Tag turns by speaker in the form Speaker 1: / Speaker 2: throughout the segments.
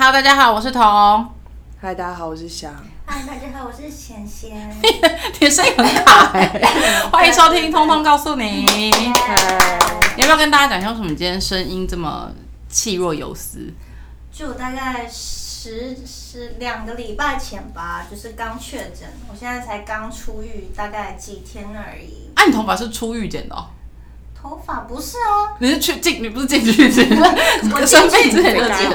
Speaker 1: Hello，大家好，我是彤。
Speaker 2: 嗨，大家好，我是翔。
Speaker 3: 嗨，大家好，我是贤贤。
Speaker 1: 你声音很卡哎、欢迎收听《通通告诉你》。你要不要跟大家讲一下，为什么你今天声音这么气若游丝？
Speaker 3: 就大概十十两个礼拜前吧，就是刚确诊，我现在才刚出狱，大概几天而已。
Speaker 1: 啊，你头发是出狱剪的哦？
Speaker 3: 头发不是啊，
Speaker 1: 你是去进，你不是进去剪的，
Speaker 3: 我
Speaker 1: 生
Speaker 3: 进
Speaker 1: 病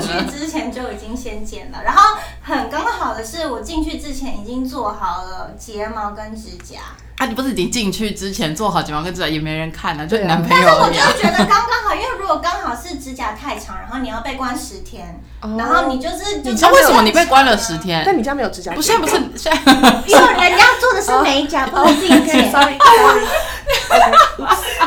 Speaker 3: 去
Speaker 1: 之前就
Speaker 3: 我
Speaker 1: 剪了。
Speaker 3: 进去之前就已经先剪了，然后很刚好的是，我进去之前已经做好了睫毛跟指甲，
Speaker 1: 啊，你不是已经进去之前做好睫毛跟指甲，也没人看啊，就你
Speaker 2: 对啊
Speaker 1: 男朋
Speaker 3: 但是
Speaker 1: 友
Speaker 3: 我
Speaker 1: 而已
Speaker 3: 就
Speaker 1: 啊。
Speaker 3: 觉得刚刚好，因为如果刚好是指甲太长，然后你要被关十天，
Speaker 1: 哦
Speaker 3: 然后你就是就
Speaker 1: 你
Speaker 3: 是
Speaker 1: 知道为什么你被关了十天？
Speaker 2: 但你家没有指甲？
Speaker 1: 不是不是，现在
Speaker 3: 因为人家做的是美甲，
Speaker 1: 哦
Speaker 3: 不是自己剪。
Speaker 2: 哦，sorry，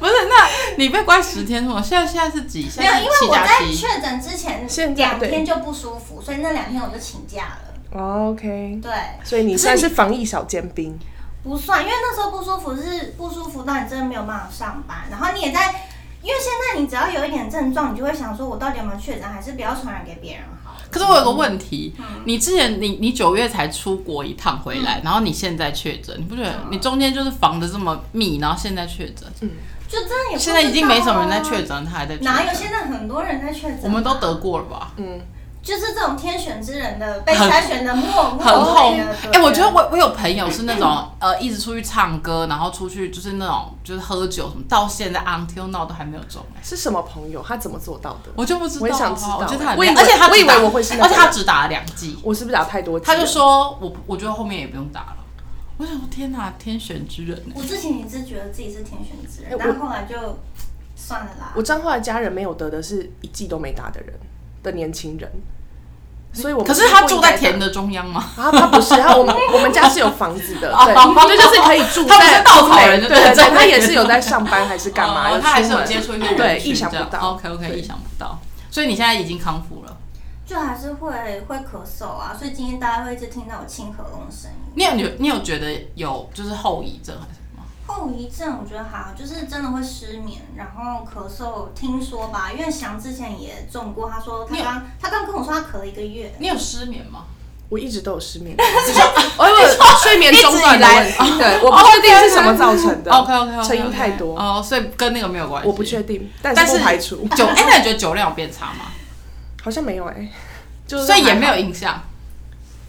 Speaker 1: 不是，那你被关十天是吗？现在现在是几？现
Speaker 3: 没有，
Speaker 1: 在
Speaker 3: 因
Speaker 1: 是
Speaker 3: 为
Speaker 1: 七
Speaker 3: 我
Speaker 1: 加
Speaker 3: 在
Speaker 1: 七。
Speaker 3: 确诊之前
Speaker 2: 现在
Speaker 3: 两
Speaker 2: 对
Speaker 3: 天就不舒服，所以那两天我就请假了。
Speaker 2: 哦，OK。
Speaker 3: 对，
Speaker 2: 所以你
Speaker 1: 是你
Speaker 2: 算是防疫小尖兵，
Speaker 3: 不算，因为那时候不舒服是不舒服到你真的没有办法上班，然后你也在，因为现在你只要有一点症状，你就会想说，我到底有没有确诊，还是不要传染给别人好了。
Speaker 1: 可是我有个问题，
Speaker 3: 嗯
Speaker 1: 你之前你你九月才出国一趟回来，然后你现在确诊，你不觉
Speaker 3: 嗯
Speaker 1: 得你中间就是防的这么密，然后现在确诊，
Speaker 3: 就真的也不知
Speaker 1: 现
Speaker 3: 道啊
Speaker 1: 在已经没什么人在确，诊，他还在确
Speaker 3: 哎哪有
Speaker 1: 诊，
Speaker 3: 现在很多人在确诊啊？
Speaker 1: 我们都得过了吧？
Speaker 2: 嗯，
Speaker 3: 就是这种天选之人的被筛选的默 默
Speaker 1: 很
Speaker 3: 默
Speaker 1: 痛
Speaker 3: 的。
Speaker 1: 哎、我觉得我我有朋友是那种呃一直出去唱歌，然后出去就是那种就是喝酒什么，到现在 until now 都还没有中、哎
Speaker 2: 是什么朋友？他怎么做到的？
Speaker 1: 我就不知道啊，
Speaker 2: 我也想知道
Speaker 1: 我觉得他很
Speaker 2: 我以
Speaker 1: 厉
Speaker 2: 为
Speaker 1: 害而且他只
Speaker 2: 我以为
Speaker 1: 打
Speaker 2: 我会是那
Speaker 1: 而且
Speaker 2: 种
Speaker 1: 他只打了两剂，
Speaker 2: 我是不是打太多次
Speaker 1: 他
Speaker 2: 了？
Speaker 1: 就说我我觉得后面也不用打了。我想说天哪，天选之人呢、
Speaker 3: 我之前也是觉得自己是天选之
Speaker 2: 哎
Speaker 3: 人，
Speaker 2: 我
Speaker 3: 但后来就算了啦。
Speaker 2: 我彰化的家人没有得的是一剂都没打的人的年轻人，所以我们
Speaker 1: 可是他住在田
Speaker 2: 的
Speaker 1: 的中央吗？
Speaker 2: 啊，他不是，他我们我们家是有房子的，对，
Speaker 1: 哦
Speaker 2: 对就是可以住
Speaker 1: 他不是
Speaker 2: 在
Speaker 1: 稻草人
Speaker 2: 屋内
Speaker 1: 就
Speaker 2: 对
Speaker 1: 对
Speaker 2: 对
Speaker 1: 在
Speaker 2: 对，
Speaker 1: 那
Speaker 2: 他也
Speaker 1: 边
Speaker 2: 是有在上班还是干嘛，
Speaker 1: 哦
Speaker 2: 有
Speaker 1: 他还是
Speaker 2: 出
Speaker 1: 有
Speaker 2: 门
Speaker 1: 接触一些人
Speaker 2: 对，
Speaker 1: 群
Speaker 2: 意想不
Speaker 1: 这样
Speaker 2: 到
Speaker 1: OK OK，
Speaker 2: 对
Speaker 1: 意想不到。所以你现在已经康复了。
Speaker 3: 就还是会会咳嗽啊，所以今天大家会一直听到我清喉咙的声音。
Speaker 1: 你有你有你有觉得有就是后遗症还是什么吗？
Speaker 3: 后遗症我觉得还好，就是真的会失眠，然后咳嗽。听说吧，因为翔之前也中过，他说他
Speaker 1: 你有
Speaker 3: 刚他刚跟我说他咳了一个月，
Speaker 1: 你有失眠吗？
Speaker 2: 我一直都有失 眠，我有睡眠中断的问题，哦 对，我不确定是什么造成的
Speaker 1: OK OK，
Speaker 2: 成因太多，
Speaker 1: 哦，所以跟那个没有关系。
Speaker 2: 我不确定，但
Speaker 1: 但
Speaker 2: 是
Speaker 1: 是
Speaker 2: 不排除，
Speaker 1: 酒哎，那你觉得酒量有变差 吗？
Speaker 2: 好像没有哎，就是
Speaker 1: 所以也
Speaker 2: 还好
Speaker 1: 没有，影响。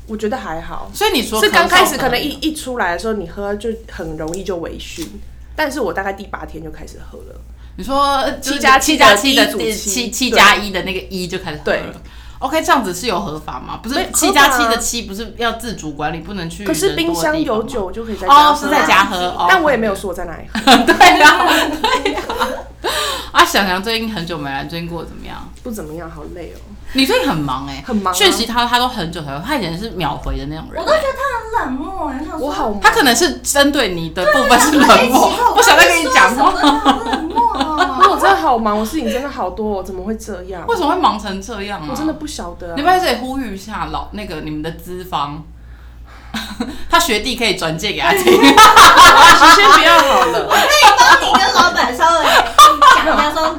Speaker 2: 我觉得还好，
Speaker 1: 所以你说
Speaker 2: 是刚开始
Speaker 1: 咳嗽
Speaker 2: 可能一一出来的时候，你喝就很容易就微醺，但是我大概第八天就开始喝了，
Speaker 1: 你说呃就是
Speaker 2: 七加七
Speaker 1: 七加七的
Speaker 2: 的第一组七
Speaker 1: 七七
Speaker 2: 对
Speaker 1: 加一的那个一就开始喝
Speaker 2: 对
Speaker 1: 了。OK，这样子是有合法吗？不
Speaker 2: 没
Speaker 1: 是
Speaker 2: 合
Speaker 1: 七加七
Speaker 2: 法啊
Speaker 1: 的七，不是要自主管理，不能去。
Speaker 2: 可是冰箱有，酒就嗯可以在家
Speaker 1: 哦，
Speaker 2: 喝
Speaker 1: 是在家 喝，哦
Speaker 2: 但我也没有说我在哪里喝，
Speaker 1: 对呀，对呀。 啊，想想最近很久没来，最近过得怎么样？
Speaker 2: 不怎么样，好累哦，
Speaker 1: 你最近很忙哎、
Speaker 2: 很忙啊
Speaker 1: 讯息他他都很久才回，他以前是秒回的那种人
Speaker 3: 我。都觉得他很冷漠，我想说
Speaker 2: 我好忙，
Speaker 1: 他可能是针对你的部分是冷漠，
Speaker 2: 啊
Speaker 1: 不哦想再跟你讲话。
Speaker 3: 话，冷漠
Speaker 2: 因为
Speaker 3: 哦。
Speaker 2: 我真的好忙，我事情真的好多哦，怎么会这样？
Speaker 1: 为什么会忙成这样啊？
Speaker 2: 我真的不晓得啊
Speaker 1: 你们在这里呼吁一下老那个你们的资方， 他学弟可以转借给他听。
Speaker 2: 先不要好了，
Speaker 3: 可以帮你跟老板稍微讲一下说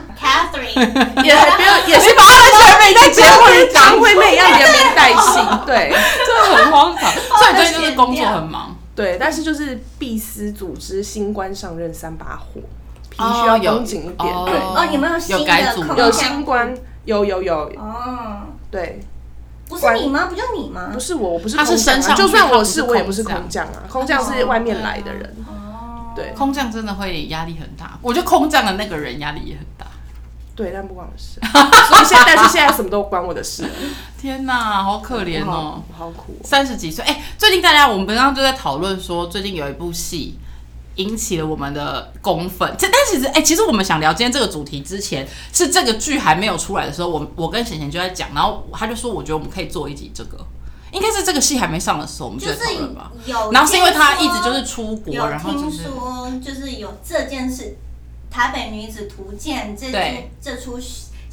Speaker 3: Catherine，
Speaker 2: 也不要，也是
Speaker 1: 把他的小妹在节目里
Speaker 2: 张
Speaker 1: 讲，
Speaker 2: 惠妹一样连名带 姓，对
Speaker 1: 真的很荒唐。 所
Speaker 3: 哦
Speaker 1: 以最近就是工作很忙，
Speaker 2: 对，但是就是必思组织新官上任三把火，皮
Speaker 1: 哦
Speaker 2: 需要绷紧一点，
Speaker 1: 有
Speaker 2: 对，
Speaker 3: 哦你们有新的
Speaker 1: 有改组
Speaker 3: 空
Speaker 2: 有
Speaker 3: 间
Speaker 2: 新官，有有有，
Speaker 3: 哦，
Speaker 2: 对，
Speaker 3: 不是你吗？不就你吗
Speaker 2: 不？是我，我不是
Speaker 1: 他是
Speaker 2: 空降啊
Speaker 1: 身上
Speaker 2: 就算
Speaker 1: 去他
Speaker 2: 我
Speaker 1: 不
Speaker 2: 是
Speaker 1: 是
Speaker 2: 我也不是
Speaker 1: 空啊
Speaker 2: 空降啊，空降是外面来的人，
Speaker 3: 哦，
Speaker 2: 对
Speaker 1: 空降真的会压力很大。我觉得空降的那个人压力也很大。
Speaker 2: 对，但不关我的事， 所以现在但是现在什么都关我 的事，
Speaker 1: 天哪，好可怜
Speaker 2: 我好
Speaker 1: 哦。
Speaker 2: 我好苦哦，
Speaker 1: 三十几岁，哎、最近大家我们刚刚就在讨论说，最近有一部戏引起了我们的公愤。这但其实，哎、其实我们想聊今天这个主题之前，是这个剧还没有出来的时候，我我跟贤贤就在讲，然后他就说，我觉得我们可以做一集这个，应该是这个戏还没上的时候，我们就
Speaker 3: 就
Speaker 1: 在
Speaker 3: 是
Speaker 1: 讨论吧。
Speaker 3: 有，啊
Speaker 1: 然后是因为他一直就是出国，
Speaker 3: 有
Speaker 1: 然后就
Speaker 3: 听
Speaker 1: 是
Speaker 3: 说就是有这件事，《台北女子图鉴》这
Speaker 1: 对
Speaker 3: 出这出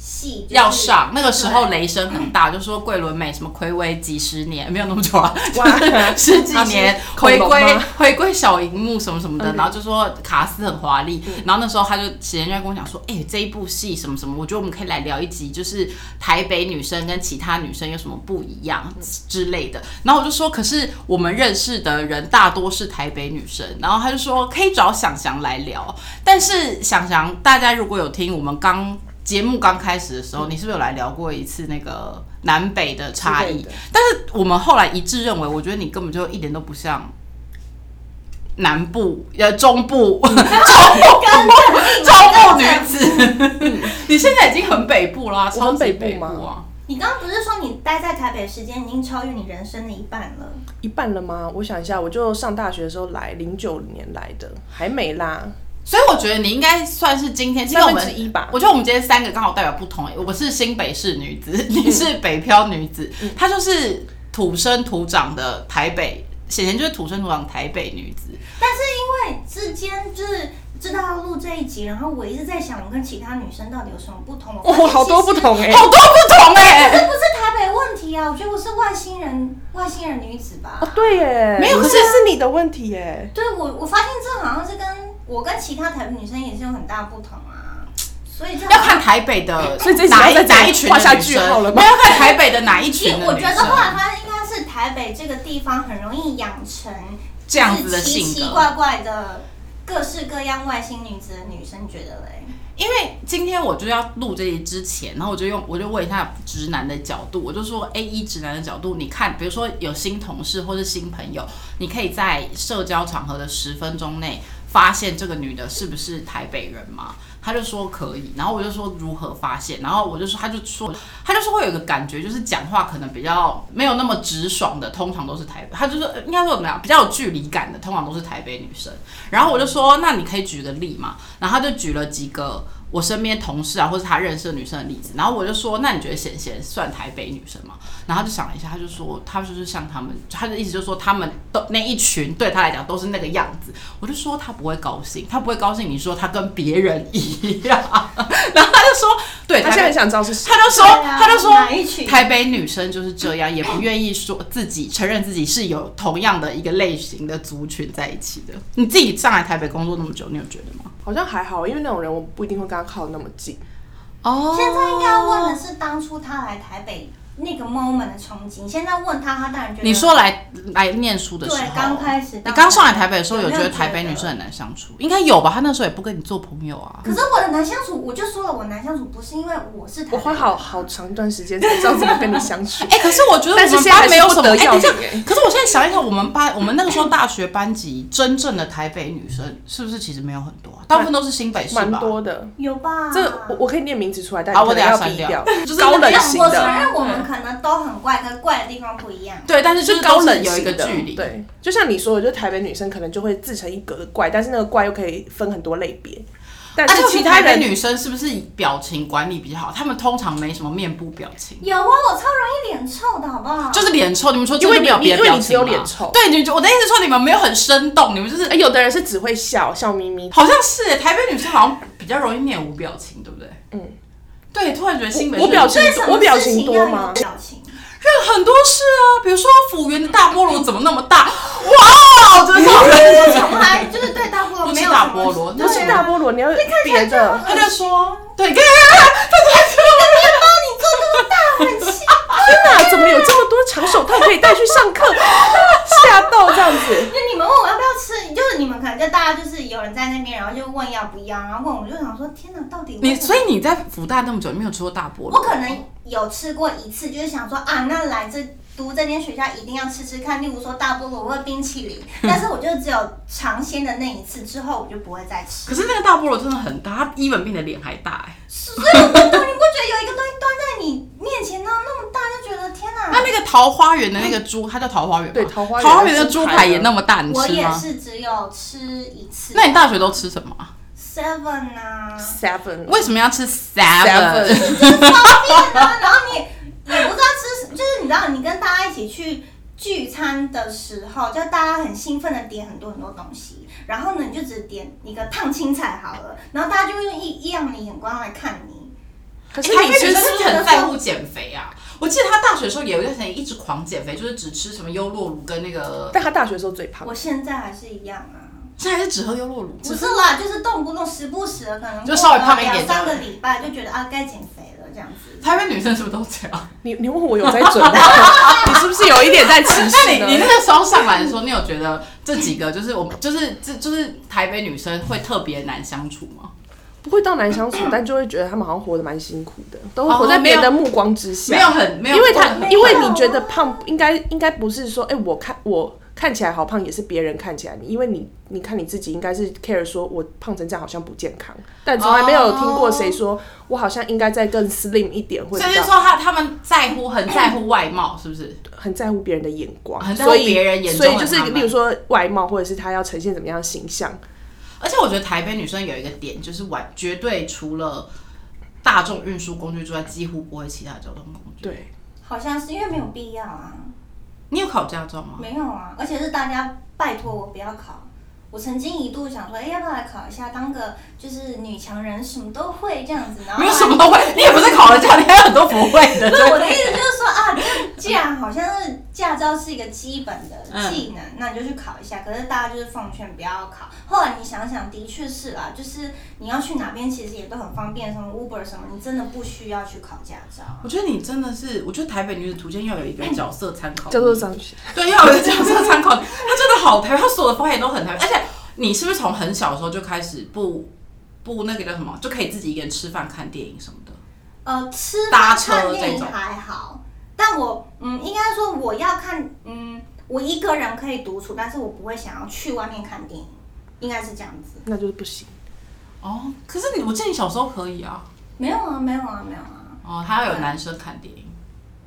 Speaker 3: 戏、就是
Speaker 1: 要上，那个时候雷声很大，就说桂纶镁什么暌违几十年，没有那么久啊，
Speaker 2: 哇
Speaker 1: 十几年
Speaker 2: 恐
Speaker 1: 回
Speaker 2: 龙
Speaker 1: 归
Speaker 2: 吗
Speaker 1: 回归小荧幕什么什么的，
Speaker 2: 嗯
Speaker 1: 然后就说卡斯很华丽，然后那时候他就时间就在跟我讲说，哎、这一部戏什么什么，我觉得我们可以来聊一集，就是台北女生跟其他女生有什么不一样
Speaker 2: 嗯
Speaker 1: 之类的。然后我就说，可是我们认识的人大多是台北女生，然后他就说可以找想想来聊，但是想想大家如果有听我们刚。节目刚开始的时候，
Speaker 2: 嗯
Speaker 1: 你是不是有来聊过一次那个南北的差
Speaker 2: 之类
Speaker 1: 异
Speaker 2: 的？
Speaker 1: 但是我们后来一致认为，我觉得你根本就一点都不像南部呃中部
Speaker 2: 嗯
Speaker 1: 中部 中部女子，你现在已经很北部啦，
Speaker 2: 嗯我
Speaker 1: 超
Speaker 2: 很
Speaker 1: 级
Speaker 2: 北
Speaker 1: 北
Speaker 2: 部吗
Speaker 1: 部啊。
Speaker 3: 你刚刚不是说你待在台北的时间已经超越你人生的一半了？
Speaker 2: 一半了吗？我想一下，我就上大学的时候来，零九年来的，还没 啦，
Speaker 1: 所以我觉得你应该算是今天，因为我
Speaker 2: 三分之
Speaker 1: 们
Speaker 2: 一吧。
Speaker 1: 我觉得我们今天三个刚好代表不同，欸我是新北市女子，
Speaker 2: 嗯
Speaker 1: 你是北漂女子，她就是土生土长的台北，显然就是土生土长的台北女子。
Speaker 3: 但是因为之间就是知道要录这一集，然后我一直在想我跟其他女生到底有什么不同。我
Speaker 2: 哇、
Speaker 3: 发现
Speaker 2: 好多不
Speaker 3: 其实
Speaker 2: 同欸哎、
Speaker 1: 哦好多欸不同哎、
Speaker 3: 这不是台北问题啊，我觉得我是外星人，外星人女子吧。
Speaker 2: 哦，对耶，
Speaker 1: 没有
Speaker 2: 不
Speaker 1: 可
Speaker 2: 是
Speaker 1: 是
Speaker 2: 是你的问题耶。
Speaker 3: 对我，我发现这好像是跟我跟其他台北女生也是有很大不同啊，所以这
Speaker 1: 要看台北的，
Speaker 2: 所以这集
Speaker 1: 哪一
Speaker 2: 要在这里
Speaker 1: 哪一群的
Speaker 2: 画下
Speaker 1: 女
Speaker 2: 句
Speaker 1: 生
Speaker 2: 号了吗
Speaker 1: 没有要看台北的哪一群的啊
Speaker 3: 我
Speaker 1: 女
Speaker 3: 觉得后来
Speaker 1: 生，
Speaker 3: 发现应该是台北这个地方很容易养成
Speaker 1: 这样子的
Speaker 3: 奇
Speaker 1: 性
Speaker 3: 奇
Speaker 1: 格。
Speaker 3: 怪怪的各式各样外星女子的女生，你觉得嘞？
Speaker 1: 因为今天我就要录这集之前，然后我就用我就问一下直男的角度，我就说，哎，一直男的角度，你看，比如说有新同事或是新朋友，你可以在社交场合的十分钟内发现这个女的是不是台北人吗？他就说可以，然后我就说如何发现，然后我就说他就说他就说会有一个感觉，就是讲话可能比较没有那么直爽的，通常都是台北，他就说呃应该说怎么样，比较有距离感的，通常都是台北女生。然后我就说那你可以举个例嘛，然后他就举了几个我身边同事啊，或是他认识的女生的例子，然后我就说那你觉得贤贤算台北女生吗？然后他就想了一下，他就说他就是像他们，他的意思就是说他们都那一群对他来讲都是那个样子。我就说他不会高兴，他不会高兴，你说他跟别人一样， 然后他就说对，
Speaker 2: 他
Speaker 1: 台
Speaker 2: 现
Speaker 1: 北
Speaker 2: 在很想知道是谁。
Speaker 1: 他就说
Speaker 3: 对啊
Speaker 1: 他就说
Speaker 3: 哪一群
Speaker 1: 台北女生就是这样，也不愿意说自己承认自己是有同样的一个类型的族群在一起的。你自己上来台北工作那么久，你有觉得吗？
Speaker 2: 好像还好，因为那种人我不一定会跟他靠得那么近。
Speaker 1: 哦
Speaker 3: 现在应该要问的是当初他来台北那个 moment 的憧憬，现在问他，他当然觉得
Speaker 1: 你说来来念书的时候，
Speaker 3: 对刚开始
Speaker 1: 你刚上来台北的时候，
Speaker 3: 有
Speaker 1: 有
Speaker 3: 没有
Speaker 1: 觉得台北女生很难相处？应该有吧？她那时候也不跟你做朋友啊。
Speaker 3: 可是我的难相处，我就说了，我难相处不是因为我是台北
Speaker 2: 我花
Speaker 3: 人
Speaker 2: 好好长一段时间才知道怎么跟你相处。
Speaker 1: 哎、可是我觉得
Speaker 2: 但
Speaker 1: 我
Speaker 2: 是
Speaker 1: 们
Speaker 2: 现
Speaker 1: 班
Speaker 2: 在还
Speaker 1: 没
Speaker 2: 是
Speaker 1: 有
Speaker 2: 不
Speaker 1: 什么
Speaker 2: 得
Speaker 1: 哎、
Speaker 3: 啊
Speaker 2: 要
Speaker 1: 等一下
Speaker 2: 领哎。
Speaker 1: 可是我现在想一想，我们班我们那个时候大学班级真正的台北女生是不是其实没有很多、啊？大部分都 是新北市
Speaker 2: 蛮
Speaker 1: 吧。啊
Speaker 2: 多的。
Speaker 3: 有吧？
Speaker 2: 这我我可以念名字出来，但
Speaker 1: 好
Speaker 2: 你可
Speaker 1: 我等
Speaker 2: 能要
Speaker 1: 下删
Speaker 2: 逼掉
Speaker 1: 掉，
Speaker 2: 就是高冷型
Speaker 3: 我承
Speaker 2: 的，
Speaker 3: 认我们可能都很怪，跟怪的地方不一样。
Speaker 1: 对，但是就是是
Speaker 2: 高
Speaker 1: 都
Speaker 2: 冷
Speaker 1: 是有一个
Speaker 2: 型的
Speaker 1: 距离。
Speaker 2: 对，就像你说的，就台北女生可能就会自成一格的怪，但是那个怪又可以分很多类别。但
Speaker 1: 而且
Speaker 2: 是
Speaker 1: 其
Speaker 2: 其
Speaker 1: 啊他
Speaker 2: 他
Speaker 1: 的
Speaker 2: 人
Speaker 1: 女生是不是表情管理比较好？她们通常没什么面部表情，
Speaker 3: 有啊，我超容易脸臭的好不好？
Speaker 1: 就是脸臭。你们说
Speaker 2: 因为
Speaker 1: 真的没有
Speaker 2: 你
Speaker 1: 别的
Speaker 2: 因为
Speaker 1: 表
Speaker 2: 你
Speaker 1: 情
Speaker 2: 只有
Speaker 1: 吗
Speaker 2: 脸臭
Speaker 1: 对，你就我的意思是说你们没有很生动，你们就是
Speaker 2: 哎，有的人是只会笑笑眯眯，
Speaker 1: 好像是台北女生好像比较容易面无表情，对不对？
Speaker 2: 嗯，
Speaker 1: 对，突然觉得新北
Speaker 2: 我
Speaker 1: 市
Speaker 2: 表情
Speaker 3: 对什么
Speaker 2: 我表
Speaker 3: 事
Speaker 2: 情
Speaker 3: 情
Speaker 2: 多
Speaker 3: 要有
Speaker 2: 吗
Speaker 3: 表情。
Speaker 1: 这很多事啊，比如说辅员的大菠萝怎么那么大？哇，真的好人。
Speaker 3: 我从来就是对大菠萝
Speaker 1: 不
Speaker 3: 没
Speaker 1: 是
Speaker 3: 有
Speaker 1: 大
Speaker 3: 什么
Speaker 1: 菠萝，
Speaker 2: 不是大菠萝，你要别的。
Speaker 1: 啊他就哦说，对，看看看，他就
Speaker 3: 对啊，你做那么大，很气。
Speaker 2: 天哪，怎么有这么多长手套可以带去上课？ 吓到这样子，
Speaker 3: 就 你们问我要不要吃，就是你们可能就大家就是有人在那边，然后就问要不要，然后问我就想说，天哪，到底
Speaker 1: 你，所
Speaker 3: 以
Speaker 1: 以你在福大那么久，你没有吃过大菠萝？
Speaker 3: 我可能有吃过一次，就是想说啊，那来这读这间学校一定要吃吃看，例如说大菠萝或冰淇淋，但是我就只有尝鲜的那一次之后，我就不会再吃。
Speaker 1: 可是那个大菠萝真的很大，它伊文比你的脸还大哎、
Speaker 3: 所以我就突然你不觉得有一个东西端在你面前呢，那么大，就觉得天哪
Speaker 1: 那。那个桃花源的那个猪，它叫桃花源吗
Speaker 2: 啊对桃花源
Speaker 1: 桃花源的猪排也那么大，你
Speaker 3: 我
Speaker 1: 吃
Speaker 3: 也
Speaker 1: 吗？
Speaker 3: 是只有吃一次。
Speaker 1: 那你大学都吃什么啊？
Speaker 3: seven 啊，
Speaker 2: seven
Speaker 1: 为什么要吃 seven？
Speaker 3: 对啊，然后你也不知道吃什，就是你知道你跟大家一起去聚餐的时候，就大家很兴奋的点很多很多东西，然后呢你就只点一个烫青菜好了，然后大家就会用异异样的眼光来看你。
Speaker 2: 可是
Speaker 1: 欸台
Speaker 2: 你
Speaker 1: 北
Speaker 2: 吃
Speaker 1: 女生是不
Speaker 2: 素
Speaker 1: 是很在乎减肥啊？我记得她大学的时候也有一段时间一直狂减肥，就是只吃什么优酪乳跟那个，
Speaker 2: 但他大学的时候最胖
Speaker 3: 我，现在还是一样啊。
Speaker 1: 现在还是只喝优酪乳，
Speaker 3: 不是啦，就是动不动时不时的，可能
Speaker 1: 就稍微胖一点
Speaker 3: 过了两三个礼拜就觉得啊该减肥了这样子。
Speaker 1: 台北女生是不是都这样？
Speaker 2: 你你问我有在准吗？ 你是不 是有一点在歧
Speaker 1: 那
Speaker 2: 视
Speaker 1: 你你那
Speaker 2: 呢？
Speaker 1: 个时候上来的时候，你有觉得这几个就是我们就是这就是台北女生会特别难相处吗？
Speaker 2: 不会到难相处，但就会觉得他们好像活得蛮辛苦的，都会
Speaker 1: 哦
Speaker 2: 活在别人
Speaker 1: 没有
Speaker 2: 的目光之下。
Speaker 1: 没有很没有，
Speaker 2: 啊因为
Speaker 1: 她
Speaker 2: 他
Speaker 3: 没有，
Speaker 2: 因为你觉得胖，应该应该不是说，哎、我看我看起来好胖，也是别人看起来你，因为你你看你自己应该是 care 说我胖成这样好像不健康，但从来没有听过谁说、我好像应该再更 slim 一点，或者
Speaker 1: 哦所以就是
Speaker 2: 是
Speaker 1: 说她她们在乎很在乎外貌，是不是？
Speaker 2: 很在乎别人的眼光，
Speaker 1: 很在乎
Speaker 2: 所以
Speaker 1: 别人眼中
Speaker 2: 所
Speaker 1: 的
Speaker 2: 以就是
Speaker 1: 他们
Speaker 2: 例如说外貌，或者是他要呈现怎么样的形象，
Speaker 1: 而且我觉得台北女生有一个点，就是完绝对除了大众运输工具之外，几乎不会其他交通工具。
Speaker 2: 对，
Speaker 3: 好像是因为没有必要啊，
Speaker 1: 你有考驾照吗？
Speaker 3: 没有啊，而且是大家拜托我不要考。我曾经一度想说，哎、要不要来考一下，当个就是女强人，什么都会这样子。然后
Speaker 1: 没有
Speaker 3: 后来
Speaker 1: 什么都 会，你也不是考了驾，你还有很多不会的。
Speaker 3: 不是我的意思就是说啊，既然好像是驾照是一个基本的技
Speaker 1: 嗯
Speaker 3: 能，那你就去考一下。可是大家就是奉劝不要考。后来你想想，的确是啦、就是你要去哪边其实也都很方便，什么 Uber 什么，你真的不需要去考驾照。
Speaker 1: 我觉得你真的是，我觉得台北女子图鉴要有一个角色参考，
Speaker 2: 叫做张学。
Speaker 1: 对，要有一个角色参考。她真的好台北，她所有的方面都很台北，而且你是不是从很小的时候就开始不不那个叫什么，就可以自己一个人吃饭、看电影什么的？
Speaker 3: 呃，吃
Speaker 1: 搭
Speaker 3: 饭
Speaker 1: 车
Speaker 3: 看电
Speaker 1: 这
Speaker 3: 影
Speaker 1: 种
Speaker 3: 还好，但我嗯，应该说我要看嗯，我一个人可以独处，但是我不会想要去外面看电影，应该是这样子。
Speaker 2: 那就是不行，
Speaker 1: 哦，可是你，我记得你小时候可以啊。
Speaker 3: 没有啊，没有啊，没有啊。
Speaker 1: 哦，她要有男生看 电影。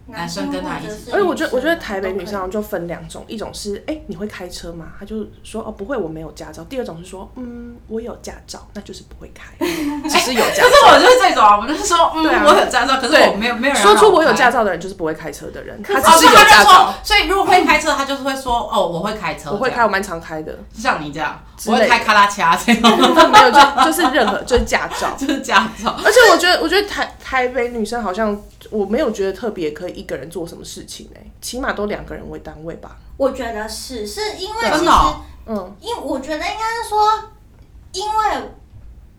Speaker 1: 男生跟他一起
Speaker 3: 或者是
Speaker 2: 而且我觉得，
Speaker 1: 嗯
Speaker 2: 我觉得
Speaker 3: 女生
Speaker 2: 台北
Speaker 3: 都
Speaker 2: 女
Speaker 3: 可以
Speaker 2: 生好像就分两种，一种是哎、你会开车吗？她就说哦不会，我没有驾照。第二种是说嗯我有驾照，那就是不 会开，只是有驾
Speaker 1: 可
Speaker 2: 照。
Speaker 1: 是我就是这种啊，我就是说，嗯，
Speaker 2: 对啊
Speaker 1: 我有驾照，可是
Speaker 2: 对
Speaker 1: 我没有没有人
Speaker 2: 说出我有
Speaker 1: 照。
Speaker 2: 驾照的人就是不会开车的人，他
Speaker 1: 哦，
Speaker 2: 只
Speaker 1: 所
Speaker 2: 是
Speaker 1: 以
Speaker 2: 有
Speaker 1: 他
Speaker 2: 驾
Speaker 1: 就说
Speaker 2: 照。，
Speaker 1: 所以如果会开车，他就是会说，哦，我会开车，
Speaker 2: 我会
Speaker 1: 这
Speaker 2: 开，
Speaker 1: 样，
Speaker 2: 我蛮常开的，
Speaker 1: 就像你这样，
Speaker 2: 之
Speaker 1: 我
Speaker 2: 类的
Speaker 1: 会开卡拉卡这样，。
Speaker 2: 但没有就就是任何就是驾照
Speaker 1: 就是驾照。
Speaker 2: 而且我觉得，我觉得台台北女生好像我没有觉得特别可以一个人做什么事情哎、起码都两个人为单位吧。
Speaker 3: 我觉得是，是因为
Speaker 1: 对
Speaker 3: 其
Speaker 1: 真
Speaker 3: 实
Speaker 1: 的哦，
Speaker 2: 嗯，
Speaker 3: 因我觉得应该是说，因为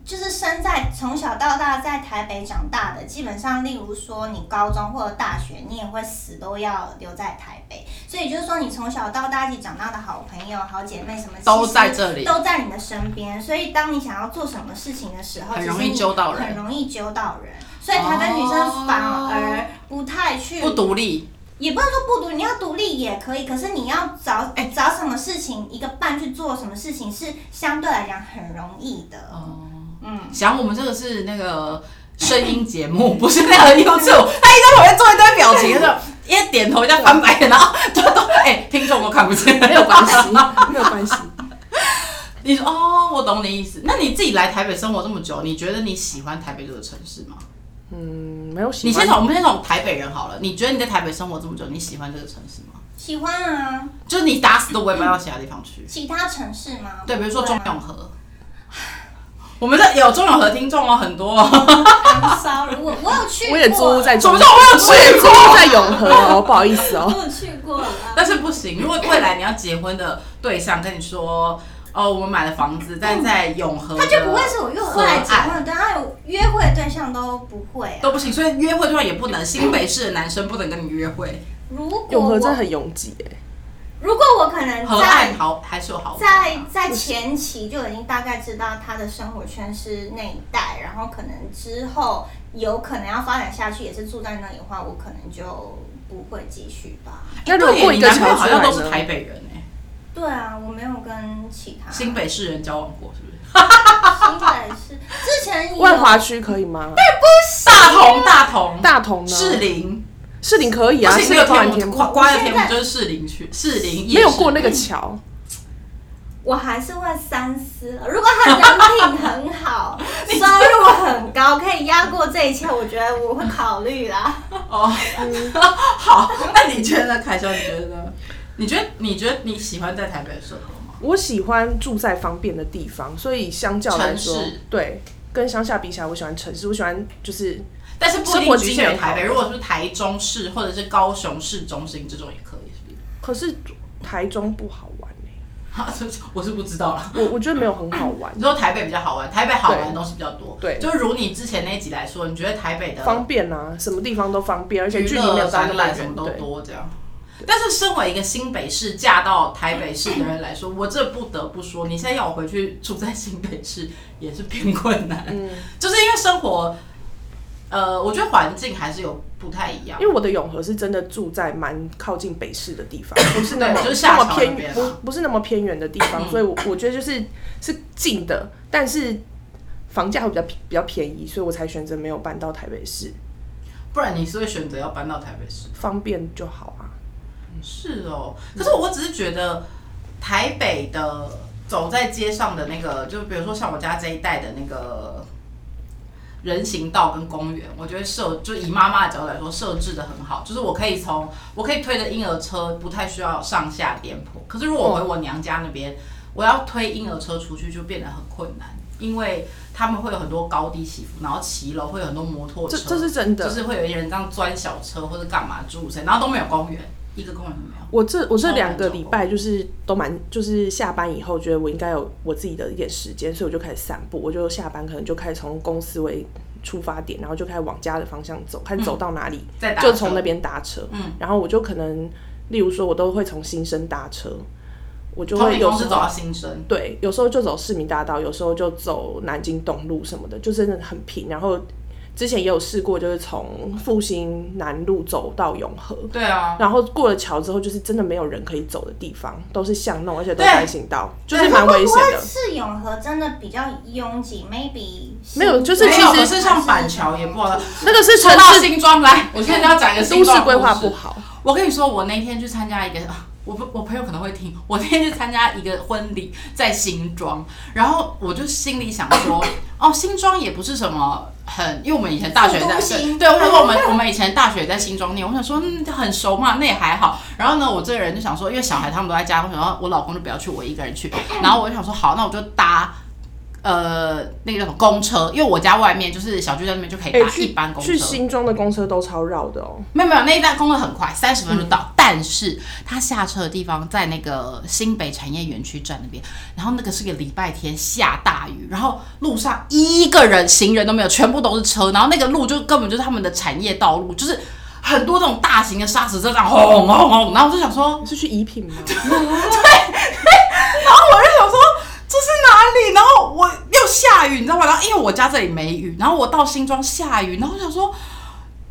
Speaker 3: 就是生在从小到大在台北长大的，基本上，例如说你高中或者大学，你也会死都要留在台北，所以就是说你从小到大一起长大的好朋友、好姐妹什么，
Speaker 1: 都
Speaker 3: 其实
Speaker 1: 在这里
Speaker 3: 都在你的身边，所以当你想要做什么事情的时候，
Speaker 1: 很
Speaker 3: 其实
Speaker 1: 容易
Speaker 3: 你
Speaker 1: 揪到人哦
Speaker 3: 很容易揪到人，所以台北女生反而不太去
Speaker 1: 不独立，
Speaker 3: 也不能说不独立，你要独立也可以，可是你要找、找什么事情，一个伴去做什么事情是相对来讲很容易的。嗯，
Speaker 1: 想我们这个是那个声音节目，不是那 个 YouTube。他一直在旁边做一堆表情，就是一点头，一下翻白眼，然后就都哎，听众都看不见，
Speaker 2: 没有关系，没有关系。
Speaker 1: 你说哦，我懂你意思。那你自己来台北生活这么久，你觉得你喜欢台北这个城市吗？
Speaker 2: 嗯，没有喜
Speaker 1: 你
Speaker 2: 欢。
Speaker 1: 先从我们先从台北人好了，你觉得你在台北生活这么久，你喜欢这个城市吗？
Speaker 3: 喜欢啊，
Speaker 1: 就是你打死都不会搬到其他地方去。
Speaker 3: 其他城市吗？
Speaker 1: 对，比如说
Speaker 3: 不会
Speaker 1: 中
Speaker 3: 啊
Speaker 1: 永和， 我们这有中永和听众哦，很多、哦。
Speaker 3: I'm sorry，我我有去过，
Speaker 2: 我也租屋在中，
Speaker 1: 什么叫我有去啊
Speaker 2: 我也租
Speaker 1: 过
Speaker 2: 屋在永和哦，不好意思哦。
Speaker 3: 我有去过啦。
Speaker 1: 但是不行，如果未来你要结婚的对象跟你说，哦，我们买了房子，但在永和的河
Speaker 3: 他
Speaker 1: 岸，
Speaker 3: 就不会是我约会来结婚的
Speaker 2: 哎
Speaker 3: 对象，有约会的对象都不会啊。
Speaker 1: 都不行，所以约会对象也不能，新北市的男生不能跟你约会，
Speaker 3: 如果
Speaker 2: 永和真的
Speaker 3: 我
Speaker 2: 很拥挤哎，
Speaker 3: 如果我可能
Speaker 1: 河
Speaker 3: 在
Speaker 1: 岸好还是有好啊
Speaker 3: 在在前期就已经大概知道他的生活圈是那一带，然后可能之后有可能要发展下去，也是住在那里的话，我可能就不会继续吧。
Speaker 2: 那如果过一个
Speaker 1: 对耶你男朋友
Speaker 2: 桥
Speaker 1: 好
Speaker 2: 出
Speaker 1: 像
Speaker 2: 来
Speaker 1: 都是
Speaker 2: 呢？
Speaker 1: 台北人哎、
Speaker 3: 对啊，我没有跟其他
Speaker 1: 新北市人交往过是不是？
Speaker 3: 新北是之前
Speaker 1: 啊
Speaker 3: 有
Speaker 2: 万华区可以吗？
Speaker 3: 啊
Speaker 1: 大同大同
Speaker 2: 大同呢？
Speaker 1: 士林，
Speaker 2: 士林可以
Speaker 1: 不
Speaker 2: 啊，
Speaker 1: 行
Speaker 2: 士
Speaker 1: 没
Speaker 2: 林
Speaker 1: 有
Speaker 2: 包含
Speaker 1: 天
Speaker 2: 天
Speaker 1: 母，
Speaker 2: 母
Speaker 1: 瓜瓜的
Speaker 3: 现
Speaker 1: 天母
Speaker 3: 在
Speaker 1: 就是士林区，士林夜
Speaker 2: 没有
Speaker 1: 市
Speaker 2: 过那个桥，
Speaker 3: 我还是会三思。啊如果他人品很 好，收入很高，可以压过这一切，我觉得我会考虑啦。
Speaker 1: 哦，好，那你觉得凯修？你觉得？你觉得？你觉得你喜欢在台北的生活吗？
Speaker 2: 我喜欢住在方便的地方，所以相较来说
Speaker 1: 城市，
Speaker 2: 对，跟乡下比起来，我喜欢城市，我喜欢就是
Speaker 1: 但是不一
Speaker 2: 生活
Speaker 1: 定局
Speaker 2: 机能
Speaker 1: 限于台北，
Speaker 2: 好
Speaker 1: 如果是台中市或者是高雄市中心这种也可以，是不是？
Speaker 2: 可是台中不好玩欸
Speaker 1: 哈，这是 我是不知道啦。
Speaker 2: 我我觉得没有很好玩
Speaker 1: 你，说台北比较好玩，台北好玩的东西比较多。
Speaker 2: 对
Speaker 1: 就如你之前那一集来说，你觉得台北的
Speaker 2: 方便啊，什么地方都方便，而且
Speaker 1: 娱
Speaker 2: 距离没
Speaker 1: 乐
Speaker 2: 有到
Speaker 1: 展
Speaker 2: 那么
Speaker 1: 览什么
Speaker 2: 远，
Speaker 1: 都
Speaker 2: 对，
Speaker 1: 多这样。但是身为一个新北市嫁到台北市的人来说，我这不得不说，你现在要我回去住在新北市也是偏困难，
Speaker 2: 嗯
Speaker 1: 就是因为生活，呃，我觉得环境还是有不太一样
Speaker 2: 因。为我的永和是真的住在蛮靠近北市的 地方，不是那
Speaker 1: 对
Speaker 2: 么
Speaker 1: 就是
Speaker 2: 那
Speaker 1: 下
Speaker 2: 么
Speaker 1: 桥那
Speaker 2: 偏
Speaker 1: 边啊嗯
Speaker 2: 不不是那么偏远的地方，所以我我觉得就是是近的，但是房价会比较比较便宜，所以我才选择没有搬到台北市，
Speaker 1: 不然你是会选择要搬到台北市？
Speaker 2: 方便就好啊。
Speaker 1: 是哦，可是我只是觉得台北的走在街上的那个，就比如说像我家这一带的那个人行道跟公园，我觉得设就以妈妈的角度来说，设置的很好，就是我可以从我可以推着婴儿车，不太需要上下颠簸。可是如果我回我娘家那边，我要推婴儿车出去就变得很困难，因为他们会有很多高低起伏，然后骑楼会有很多摩托车，
Speaker 2: 这这是真的
Speaker 1: 就是会有一些人这样钻小车或者干嘛诸如此类，然后都没有公园，一个公园都没有。
Speaker 2: 我这我
Speaker 1: 超
Speaker 2: 这
Speaker 1: 难
Speaker 2: 两个
Speaker 1: 找
Speaker 2: 礼
Speaker 1: 工
Speaker 2: 拜就是都蛮，就是下班以后觉得我应该有我自己的一点时间，所以我就开始散步。我就下班可能就开始从公司为出发点，然后就开始往家的方向走，看
Speaker 1: 嗯
Speaker 2: 走到哪里、
Speaker 1: 再搭
Speaker 2: 就
Speaker 1: 车
Speaker 2: 从那边搭车。
Speaker 1: 嗯，
Speaker 2: 然后我就可能，例如说，我都会从新生搭车，我就
Speaker 1: 从
Speaker 2: 会
Speaker 1: 你
Speaker 2: 有
Speaker 1: 公司
Speaker 2: 时
Speaker 1: 走啊
Speaker 2: 候
Speaker 1: 到新生，
Speaker 2: 对，有时候就走市民大道，有时候就走南京东路什么的，就真的很平。然后之前也有试过，就是从复兴南路走到永和。
Speaker 1: 对啊，
Speaker 2: 然后过了桥之后，就是真的没有人可以走的地方，都是巷弄，而且都
Speaker 1: 对
Speaker 2: 单行道，就
Speaker 1: 对
Speaker 2: 是蛮危险
Speaker 3: 会不
Speaker 2: 的
Speaker 3: 会。是永和真的比较拥挤？Maybe
Speaker 2: 没有就是
Speaker 1: 没
Speaker 2: 其
Speaker 1: 有，
Speaker 2: 实
Speaker 1: 可是像板桥也不好。
Speaker 2: 那个是城
Speaker 1: 说到
Speaker 2: 市
Speaker 1: 新庄来，我现在要讲一个新
Speaker 2: 都
Speaker 1: 庄
Speaker 2: 市
Speaker 1: 的
Speaker 2: 规划
Speaker 1: 故事
Speaker 2: 不好，
Speaker 1: 我跟你说，我那天去参加一个， 啊我不我朋友可能会听，我那天去参加一个婚礼，在新庄，然后我就心里想说， 哦，新庄也不是什么很，因为我们以前大学在
Speaker 3: 复都新
Speaker 1: 对，或者说我们我们以前大学在新庄念，我想说嗯很熟嘛，那也还好。然后呢，我这个人就想说，因为小孩他们都在家，我想说我老公就不要去，我一个人去。然后我就想说，好，那我就搭。呃，那个叫什么公车，因为我家外面就是小区在那边就可以
Speaker 2: 哎、
Speaker 1: 搭一
Speaker 2: 去
Speaker 1: 班公车。
Speaker 2: 去新庄的公车都超绕的哦。
Speaker 1: 没有没有，那一站公路很快，三十分钟就到。但是他下车的地方在那个新北产业园区站那边，然后那个是个礼拜天，下大雨，然后路上一个人行人都没有，全部都是车，然后那个路就根本就是他们的产业道路，就是很多这种大型的砂石车这样轰轰轰，然后我就想说，啊
Speaker 2: 是去宜 品吗？
Speaker 1: 然后我就想说这是哪里？然后我又下雨，你知道吗？然后因为我家这里没雨，然后我到新庄下雨，然后我想说。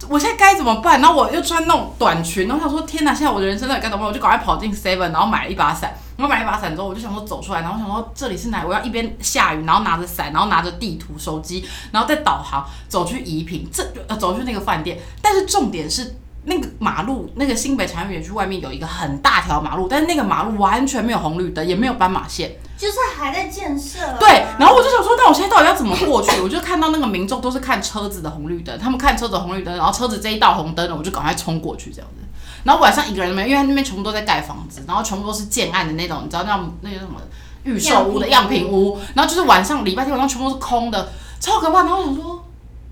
Speaker 1: 我现在该怎么办？然后我又穿那种短裙，然后想说天哪，现在我的人生到底该怎么办？我就赶快跑进 Seven，然后买了一把伞。然后买了一把伞之后，我就想说走出来，然后想说这里是哪里？我要一边下雨，然后拿着伞，然后拿着地图、手机，然后再导航走去宜平，这呃走去那个饭店。但是重点是。那个马路，那个新北产业园区外面有一个很大条马路，但是那个马路完全没有红绿灯，也没有斑马线，
Speaker 3: 就是还在建设、啊。
Speaker 1: 对，然后我就想说，那我现在到底要怎么过去？我 就看到那个民众都是看车子的红绿灯，他们看车子的红绿灯，然后车子这一道红灯了，我就赶快冲过去这样子。然后晚上一个人都没有，因为他那边全部都在盖房子，然后全部都是建案的那种，你知道那种那个什么预售屋的样
Speaker 3: 样
Speaker 1: 品
Speaker 3: 品
Speaker 1: 屋，然后就是晚上礼拜天晚上全部都是空的，超可怕。然后我想说，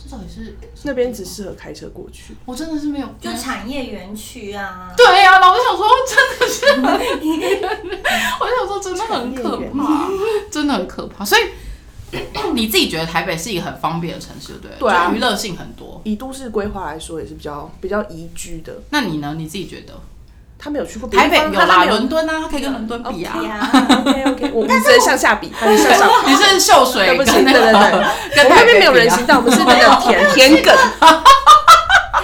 Speaker 1: 这到底是
Speaker 2: 那边只适合开车过去。
Speaker 1: 我真的是没有
Speaker 3: 就产业园区啊，
Speaker 1: 对呀、然后我就想说，真的是很， 我就想说，真的很可 怕，真的很可怕。所以你自己觉得台北是一个很方便的城市，对不对？
Speaker 2: 对啊
Speaker 1: 就娱乐性很多。
Speaker 2: 以都市规划来说，也是比较比较宜居的。
Speaker 1: 那你呢？你自己觉得
Speaker 2: 他没有去过别的
Speaker 1: 台北
Speaker 2: 地方
Speaker 1: 有
Speaker 2: 他他
Speaker 1: 啦，
Speaker 2: 没有哦
Speaker 1: 伦敦啊，它可以跟伦敦比啊。
Speaker 3: 对啊，
Speaker 2: OK OK，我们只能向下比，他是向上比。
Speaker 1: 你是秀水
Speaker 2: 对不起，
Speaker 1: 跟
Speaker 2: 对
Speaker 1: 那
Speaker 2: 对
Speaker 1: 个，
Speaker 2: 对，
Speaker 1: 跟
Speaker 2: 我们
Speaker 1: 台北
Speaker 2: 那
Speaker 1: 啊
Speaker 2: 边没有人行道，我们是那个田田埂。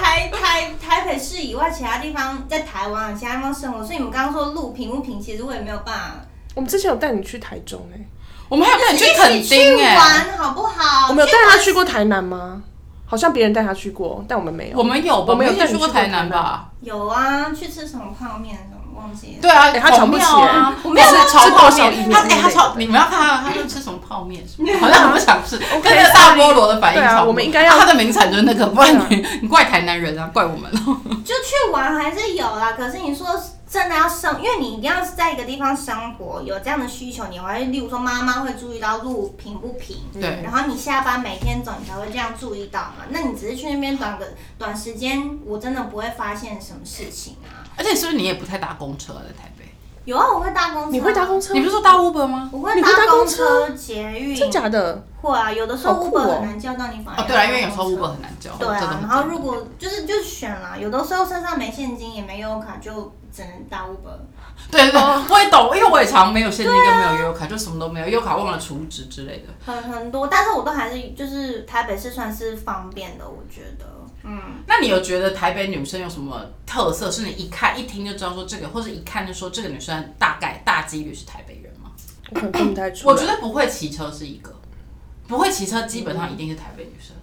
Speaker 3: 台台台北市以外，其他地方在台湾啊，其他地方生活，所以你们刚刚说路平不平，其实我也没有办法。
Speaker 2: 我们之前有带你去台中哎、
Speaker 1: 我们还有带你去
Speaker 3: 一
Speaker 1: 垦
Speaker 3: 起
Speaker 1: 丁
Speaker 3: 去
Speaker 1: 哎、
Speaker 3: 玩好不好？
Speaker 2: 我们有带
Speaker 3: 去玩
Speaker 2: 他去过台南吗？好像别人带他去过，但我们没有。
Speaker 1: 我们有吧？
Speaker 2: 我们有
Speaker 1: 一起
Speaker 2: 带
Speaker 1: 去
Speaker 2: 你
Speaker 1: 过
Speaker 2: 去
Speaker 1: 台
Speaker 2: 过
Speaker 1: 南
Speaker 2: 台
Speaker 1: 吧？
Speaker 3: 有啊，去吃什么泡面什么忘记了。
Speaker 1: 对啊，
Speaker 2: 哎他瞧
Speaker 1: 孔
Speaker 2: 不起
Speaker 1: 庙啊
Speaker 2: 哎，
Speaker 1: 我没有
Speaker 2: 是
Speaker 1: 炒
Speaker 2: 是
Speaker 1: 泡
Speaker 2: 多少
Speaker 1: 面，
Speaker 2: 一
Speaker 1: 他
Speaker 2: 之
Speaker 1: 哎他
Speaker 2: 类
Speaker 1: 炒，
Speaker 2: 的
Speaker 1: 你们要看啊，他就吃什么泡面什么，好像很不想吃，跟那个大菠萝的反应差不多。
Speaker 2: 对啊我们应该要
Speaker 1: 啊它的名产就是那 个，不然你你怪台南人啊，怪我们。
Speaker 3: 就去玩还是有啦，可是你说真的要生，因为你一定要是在一个地方生活，有这样的需求，你会，例如说妈妈会注意到路平不平，
Speaker 1: 对
Speaker 3: 然后你下班每天走，你才会这样注意到嘛。那你只是去那边短个短时间，我真的不会发现什么事情啊。
Speaker 1: 而且是不是你也不太搭公车啊在台北？
Speaker 3: 有啊，我会搭公车，
Speaker 2: 你会搭公车？
Speaker 1: 你不是说搭 Uber 吗？
Speaker 3: 我会
Speaker 2: 你会搭
Speaker 3: 公
Speaker 2: 公车
Speaker 3: 捷运，
Speaker 2: 真假的？
Speaker 3: 会啊，有的时候
Speaker 2: 好酷
Speaker 3: Uber
Speaker 2: 哦
Speaker 3: 很难叫到你反
Speaker 1: 哦，
Speaker 3: 而要
Speaker 1: 对啊，因为有时
Speaker 3: 搭
Speaker 1: 候
Speaker 3: 公车
Speaker 1: Uber 很难叫。
Speaker 3: 对
Speaker 1: 这种
Speaker 3: 啊，然后如果就是就选啦，有的时候身上没现金也没有卡，就只能搭 Uber。
Speaker 1: 对对对，我也懂，因为我也常没有现金跟没有悠游卡，就什么都没有，悠游卡忘了储值之类的。
Speaker 3: 很很多，但是我都还是就是台北市算是方便的，我觉得，嗯，
Speaker 1: 那你有觉得台北女生有什么特色，是你一看一听就知道说这个，或者一看就说这个女生大概大几率是台北人吗？
Speaker 2: 我可能看不太出
Speaker 1: 我觉
Speaker 2: 来。
Speaker 1: 得不会骑车是一个，不会骑车基本上一定是台北女生，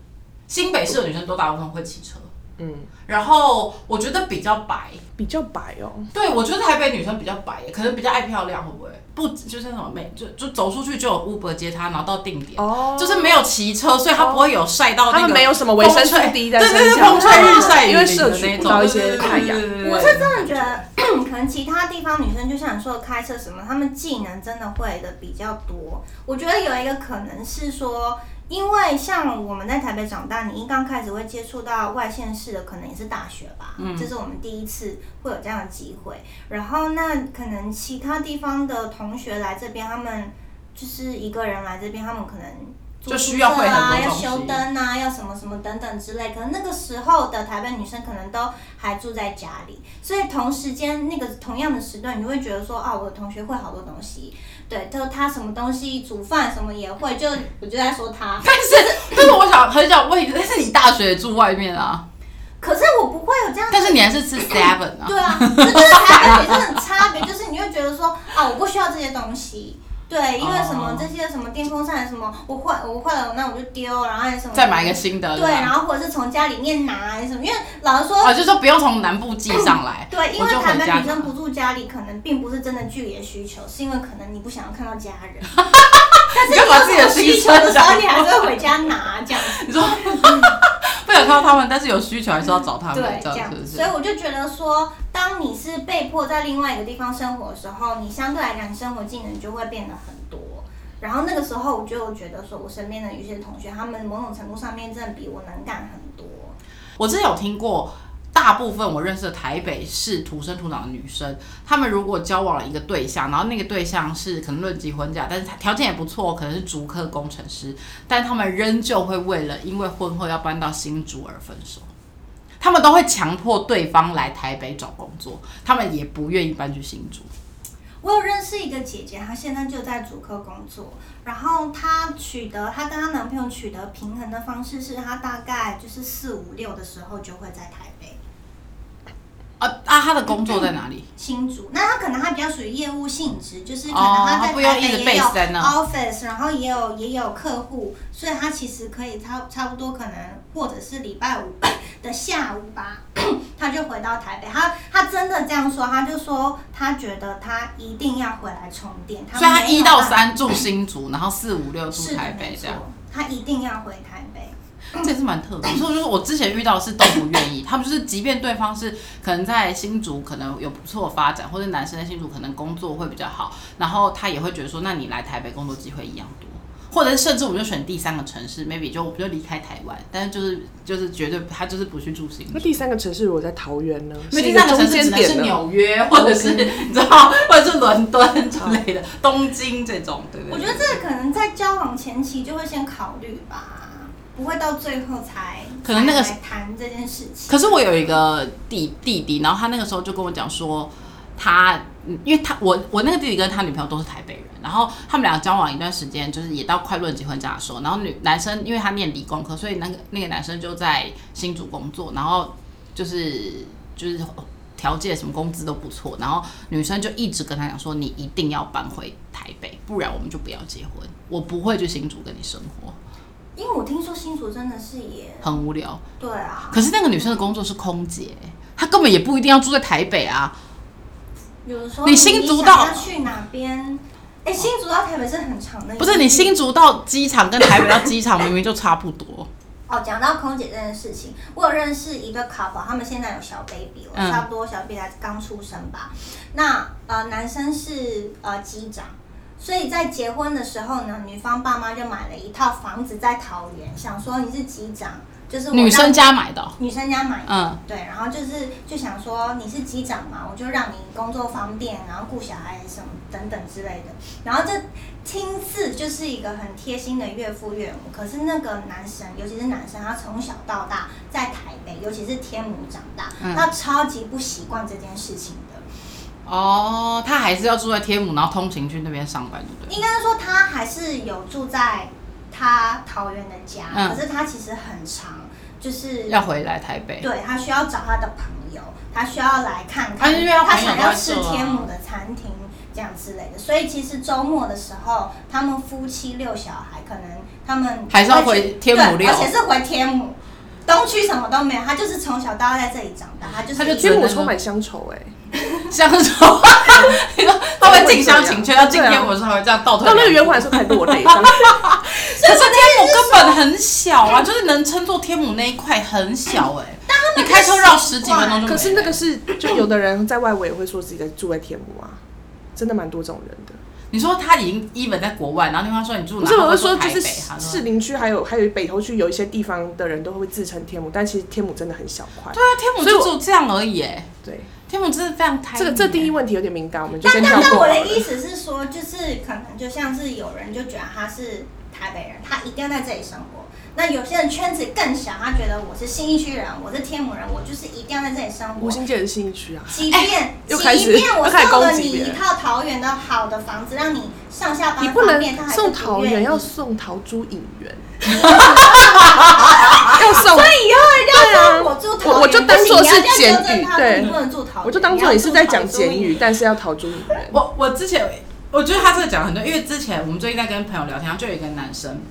Speaker 1: 新北市的女生都大部分会骑车。
Speaker 2: 嗯，
Speaker 1: 然后我觉得比较白，
Speaker 2: 比较白哦。
Speaker 1: 对我觉得台北女生比较白耶，可能比较爱漂亮，会不会？不就是那种美，就就走出去就有 Uber 接她，然后到定点。
Speaker 2: 哦
Speaker 1: 就是没有骑车，所以他不会有晒到那个
Speaker 2: 他们没有什么维生素 D 在身上
Speaker 1: 对对对，风吹日晒雨
Speaker 2: 因为
Speaker 1: 淋的
Speaker 2: 摄取
Speaker 1: 那
Speaker 2: 不
Speaker 1: 种
Speaker 2: 到一些太阳
Speaker 1: 对对对对对
Speaker 3: 我是真的觉得，可能其他地方女生就像你说的开车什么，她们技能真的会的比较多。我觉得有一个可能是说，因为像我们在台北长大，你一刚开始会接触到外县市的，可能也是大学吧，嗯，这是我们第一次会有这样的机会。然后那可能其他地方的同学来这边，他们就是一个人来这边，他们可能。
Speaker 1: 就需要会
Speaker 3: 啊，
Speaker 1: 很多
Speaker 3: 要
Speaker 1: 东西
Speaker 3: 修灯啊，要什么什么等等之类。可能那个时候的台北女生可能都还住在家里，所以同时间那个同样的时段，你就会觉得说啊，我的同学会好多东西，对，就他什么东西煮饭什么也会，就我就在说他。
Speaker 1: 但是，但是我想很想问你，但是你大学住外面啊，
Speaker 3: 可是我不会有这样
Speaker 1: 但是你还是吃 seven 啊，
Speaker 3: 对啊，这就是台北女生的差别，就是你会觉得说啊，我不需要这些东西。对，因为什么
Speaker 1: 哦
Speaker 3: 这些什么电风扇什么，我坏我坏了，那我就丢，然后还有什么
Speaker 1: 再买一个新的，
Speaker 3: 对，然
Speaker 1: 吧
Speaker 3: 后或者是从家里面拿还是什么，因为老实说，
Speaker 1: 啊，就说不用从南部寄上 来，
Speaker 3: 对，因
Speaker 1: 我
Speaker 3: 为
Speaker 1: 就
Speaker 3: 台
Speaker 1: 回
Speaker 3: 北
Speaker 1: 家拿
Speaker 3: 女生不住家里，可能并不是真的剧烈需求，是因为可能你不想要看到家 人。但是
Speaker 1: 你干嘛自己
Speaker 3: 你
Speaker 1: 的心
Speaker 3: 有这种需求的时候，
Speaker 1: 酸
Speaker 3: 你还是会回家拿这样子。
Speaker 1: 你说不想看到他们，但是有需求还是要找他们
Speaker 3: 对，，
Speaker 1: 这
Speaker 3: 这
Speaker 1: 样
Speaker 3: 样
Speaker 1: 是不
Speaker 3: 子，
Speaker 1: 是
Speaker 3: 所以？我就觉得说，当你是被迫在另外一个地方生活的时候，你相对来讲，你生活技能就会变得很多。然后那个时候，我就觉得说，我身边的有些同学，他们某种程度上面真的比我能干很多。
Speaker 1: 我之前有听过，大部分我认识的台北市土生土长的女生，她们如果交往了一个对象，然后那个对象是可能论及婚嫁，但是条件也不错，可能是竹科工程师，但她们仍旧会为了因为婚后要搬到新竹而分手。她们都会强迫对方来台北找工作，她们也不愿意搬去新竹。
Speaker 3: 我有认识一个姐姐，她现在就在主科工作，然后她取得她跟她男朋友取得平衡的方式是，她大概就是四五六的时候就会在台北
Speaker 1: 啊啊，她的工作在哪里？
Speaker 3: 新竹，那她可能她比较属于业务性质，就是可
Speaker 1: 哦
Speaker 3: 能她
Speaker 1: 她
Speaker 3: 在
Speaker 1: 不用
Speaker 3: 台
Speaker 1: 一直
Speaker 3: 北也有
Speaker 1: base 在那
Speaker 3: office，然后也有也有客户，所以她其实可以差差不多可能或者是礼拜五的下午吧， 她就回到台北。她她真的这样说，她就说她觉得她一定要回来充电，
Speaker 1: 所以她
Speaker 3: 嗯没有
Speaker 1: 一到
Speaker 3: 办法
Speaker 1: 三住新竹，然后四五六住
Speaker 3: 是的
Speaker 1: 台
Speaker 3: 没
Speaker 1: 北这
Speaker 3: 错
Speaker 1: 样。，
Speaker 3: 他一定要回台北。
Speaker 1: 这也是蛮特别，所以就是我之前遇到的是都不愿意，他们就是即便对方是可能在新竹可能有不错的发展，或者男生在新竹可能工作会比较好，然后他也会觉得说，那你来台北工作机会一样多，或者是甚至我们就选第三个城市，maybe 就我们就离开台湾，但是就是就是绝对他就是不去住新
Speaker 2: 那
Speaker 1: 竹。
Speaker 2: 第三个城市如果在桃园呢？
Speaker 1: 因为
Speaker 2: 是一
Speaker 1: 第三个
Speaker 2: 中
Speaker 1: 城市
Speaker 2: 间
Speaker 1: 只能是
Speaker 2: 点呢？
Speaker 1: 纽约，或者是你知道，或者是伦敦之类 的，东京这种，对不对？
Speaker 3: 我觉得这个可能在交往前期就会先考虑吧，不会到最后才
Speaker 1: 可能那个
Speaker 3: 才来谈这件事情。
Speaker 1: 可是我有一个弟弟弟，然后他那个时候就跟我讲说，他嗯因为他我我那个弟弟跟他女朋友都是台北人，然后他们俩交往一段时间，就是也到快论及婚嫁的时候，然后女男生因为他念理工科，所以那个那个男生就在新竹工作，然后就是就是条件什么工资都不错，然后女生就一直跟他讲说，你一定要搬回台北，不然我们就不要结婚，我不会去新竹跟你生活，
Speaker 3: 因为我听说新竹真的是也
Speaker 1: 很无聊。
Speaker 3: 对啊，
Speaker 1: 可是那个女生的工作是空姐，她根本也不一定要住在台北啊。
Speaker 3: 有的时候
Speaker 1: 你新竹
Speaker 3: 想
Speaker 1: 到
Speaker 3: 要去哪边？哎，新
Speaker 2: 哎
Speaker 3: 竹到台北是很长的，
Speaker 1: 不是你新竹到机场跟台北到机场明明就差不多，
Speaker 3: 哦，讲到空姐这件事情，我有认识一对 couple，他们现在有小 baby 了，
Speaker 1: 嗯
Speaker 3: 差不多小 baby 才刚出生吧。那呃，男生是呃机长，所以在结婚的时候呢，女方爸妈就买了一套房子在桃园，想说你是机长，就是我
Speaker 1: 女生
Speaker 3: 让
Speaker 1: 家买的哦、
Speaker 3: 女生家买的
Speaker 1: 嗯，
Speaker 3: 对，然后就是就想说你是机长嘛，我就让你工作方便，然后顾小孩什么等等之类的。然后这听似就是一个很贴心的岳父岳母，可是那个男生，尤其是男生，他从小到大在台北，尤其是天母长大，
Speaker 1: 嗯
Speaker 3: 他超级不习惯这件事情的。
Speaker 1: 哦，他还是要住在天母，然后通勤去那边上班，对不对？
Speaker 3: 应该是说他还是有住在他桃园的家，
Speaker 1: 嗯
Speaker 3: 可是他其实很长，就是
Speaker 1: 要回来台北。
Speaker 3: 对他需要找他的朋友，他需要来看
Speaker 1: 啊
Speaker 3: 看，
Speaker 1: 因为他
Speaker 3: 他
Speaker 1: 朋友
Speaker 3: 想
Speaker 1: 都在
Speaker 3: 要吃
Speaker 1: 这啊
Speaker 3: 天母的餐厅这样之类的。所以其实周末的时候，他们夫妻六小孩，可能他们
Speaker 1: 还是要
Speaker 3: 会
Speaker 1: 回
Speaker 3: 去
Speaker 1: 天母
Speaker 3: 对
Speaker 1: 遛
Speaker 3: 而且是回天母。东区什么都没有，他就是从小到大在这里长大，他就是
Speaker 1: 他就
Speaker 2: 天
Speaker 1: 觉
Speaker 2: 母
Speaker 1: 得
Speaker 2: 充满乡愁哎、欸，
Speaker 1: 像这种，你说他们近乡情怯，要进天母的时候还会这样倒退
Speaker 2: 到
Speaker 1: 两步。
Speaker 2: 那个圆环的时候才落泪，这样
Speaker 1: 可是天母根本很小啊，就是能称作天母那一块很小哎、你开车绕十几分钟就没了
Speaker 2: 可是那个是，就有的人在外围也会说自己在住在天母啊，真的蛮多这种人的。
Speaker 1: 你说他已经 even 在国外，然后对方说你住
Speaker 2: 不
Speaker 1: 哪？
Speaker 2: 是，我
Speaker 1: 他
Speaker 2: 是说，就
Speaker 1: 台
Speaker 2: 是
Speaker 1: 北
Speaker 2: 士。林区还有还有北投区有一些地方的人都会自称天母，但其实天母真的很小块
Speaker 1: 他说对。啊，天母
Speaker 2: 所以
Speaker 1: 就
Speaker 2: 我
Speaker 1: 只有这样而已、欸。
Speaker 2: 对，
Speaker 1: 天母真的非常开、
Speaker 2: 这个这第一，问题有点敏感，我们就
Speaker 3: 但
Speaker 2: 先
Speaker 3: 但
Speaker 2: 跳
Speaker 3: 但
Speaker 2: 过
Speaker 3: 我
Speaker 2: 好了。
Speaker 3: 的意思是说，就是可能就像是有人就觉得他是台北人，他一定要在这里生活。那有些人圈子更小，他觉得我是新义区人，我是天母人，我就是一定要在这里生活。
Speaker 2: 五星街也是新一区啊，
Speaker 3: 即便、
Speaker 2: 又开始
Speaker 3: 即便我
Speaker 2: 又开始
Speaker 3: 送了
Speaker 2: 攻
Speaker 3: 你
Speaker 2: 击别人
Speaker 3: 一套桃园的好的房子，让你上下班
Speaker 2: 你不能
Speaker 3: 方便，他还是
Speaker 2: 送
Speaker 3: 不
Speaker 2: 桃
Speaker 3: 愿
Speaker 2: 园，
Speaker 3: 意
Speaker 2: 要送桃珠影 园，要送
Speaker 3: 所。以以后人家
Speaker 2: 对啊
Speaker 3: 说我住桃园，
Speaker 2: 我我就当作
Speaker 3: 不行
Speaker 2: 是
Speaker 3: 你要这样纠正
Speaker 2: 监狱
Speaker 3: 他
Speaker 2: 对
Speaker 3: 你不能住桃园，
Speaker 2: 我就当
Speaker 3: 要
Speaker 2: 做你是在讲
Speaker 3: 住桃
Speaker 2: 简
Speaker 3: 园
Speaker 2: 语，但是要桃珠影园。
Speaker 1: 我我之前我觉得他这个讲得很对，因为之前我们最近在跟朋友聊天，就有一个男生。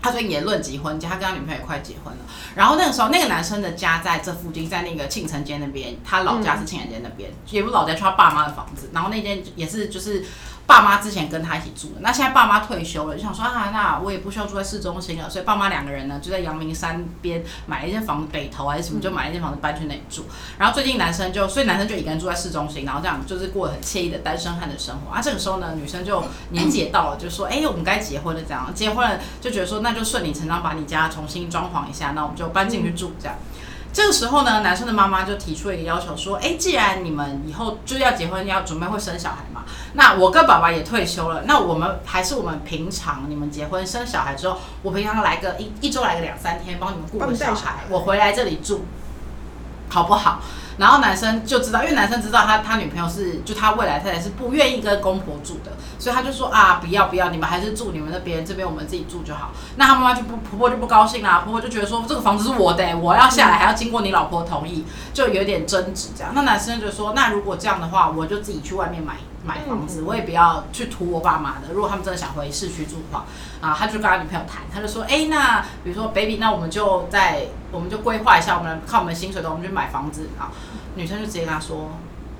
Speaker 1: 他最近也论及婚嫁，他跟他女朋友也快结婚了。然后那个时候，那个男生的家在这附近，在那个庆城街那边，他老
Speaker 2: 嗯
Speaker 1: 家是庆城街那边，也不是老家，去他爸妈的房子。然后那间也是就是爸妈之前跟他一起住的，那现在爸妈退休了，就想说啊，那我也不需要住在市中心了，所以爸妈两个人呢就在阳明山边买了一间房子，北投还是什么，就买了一间房子搬去那里住。然后最近男生就，所以男生就一个人住在市中心，然后这样就是过得很惬意的单身汉的生活。啊，这个时候呢，女生就年纪也到了，就说，哎、我们该结婚了，这样结婚了就觉得说，那就顺理成章把你家重新装潢一下，那我们就搬进去住这样。这个时候呢，男生的妈妈就提出了一个要求，说：“哎，既然你们以后就是要结婚，要准备会生小孩嘛，那我跟爸爸也退休了，那我们还是我们平常你们结婚生小孩之后，我平常来个一一周来个两三天，帮你们顾
Speaker 2: 帮
Speaker 1: 个
Speaker 2: 你带
Speaker 1: 小
Speaker 2: 小
Speaker 1: 孩，我回来这里住，好不好？”然后男生就知道，因为男生知道他他女朋友是就他未来太太是不愿意跟公婆住的，所以他就说啊不要不要，你们还是住你们那边，这边我们自己住就好。那他妈妈就不婆婆就不高兴啦、婆婆就觉得说这个房子是我的、我要下来还要经过你老婆同意，就有点争执这样。那男生就说，那如果这样的话，我就自己去外面买买房子，我也不要去图我爸妈的。如果他们真的想回市区住的话，啊，他就跟他女朋友谈，他就说，哎、那比如说 baby，那我们就在我们就规划一下，我们靠我们薪水的，我们去买房子啊。女生就直接跟他说，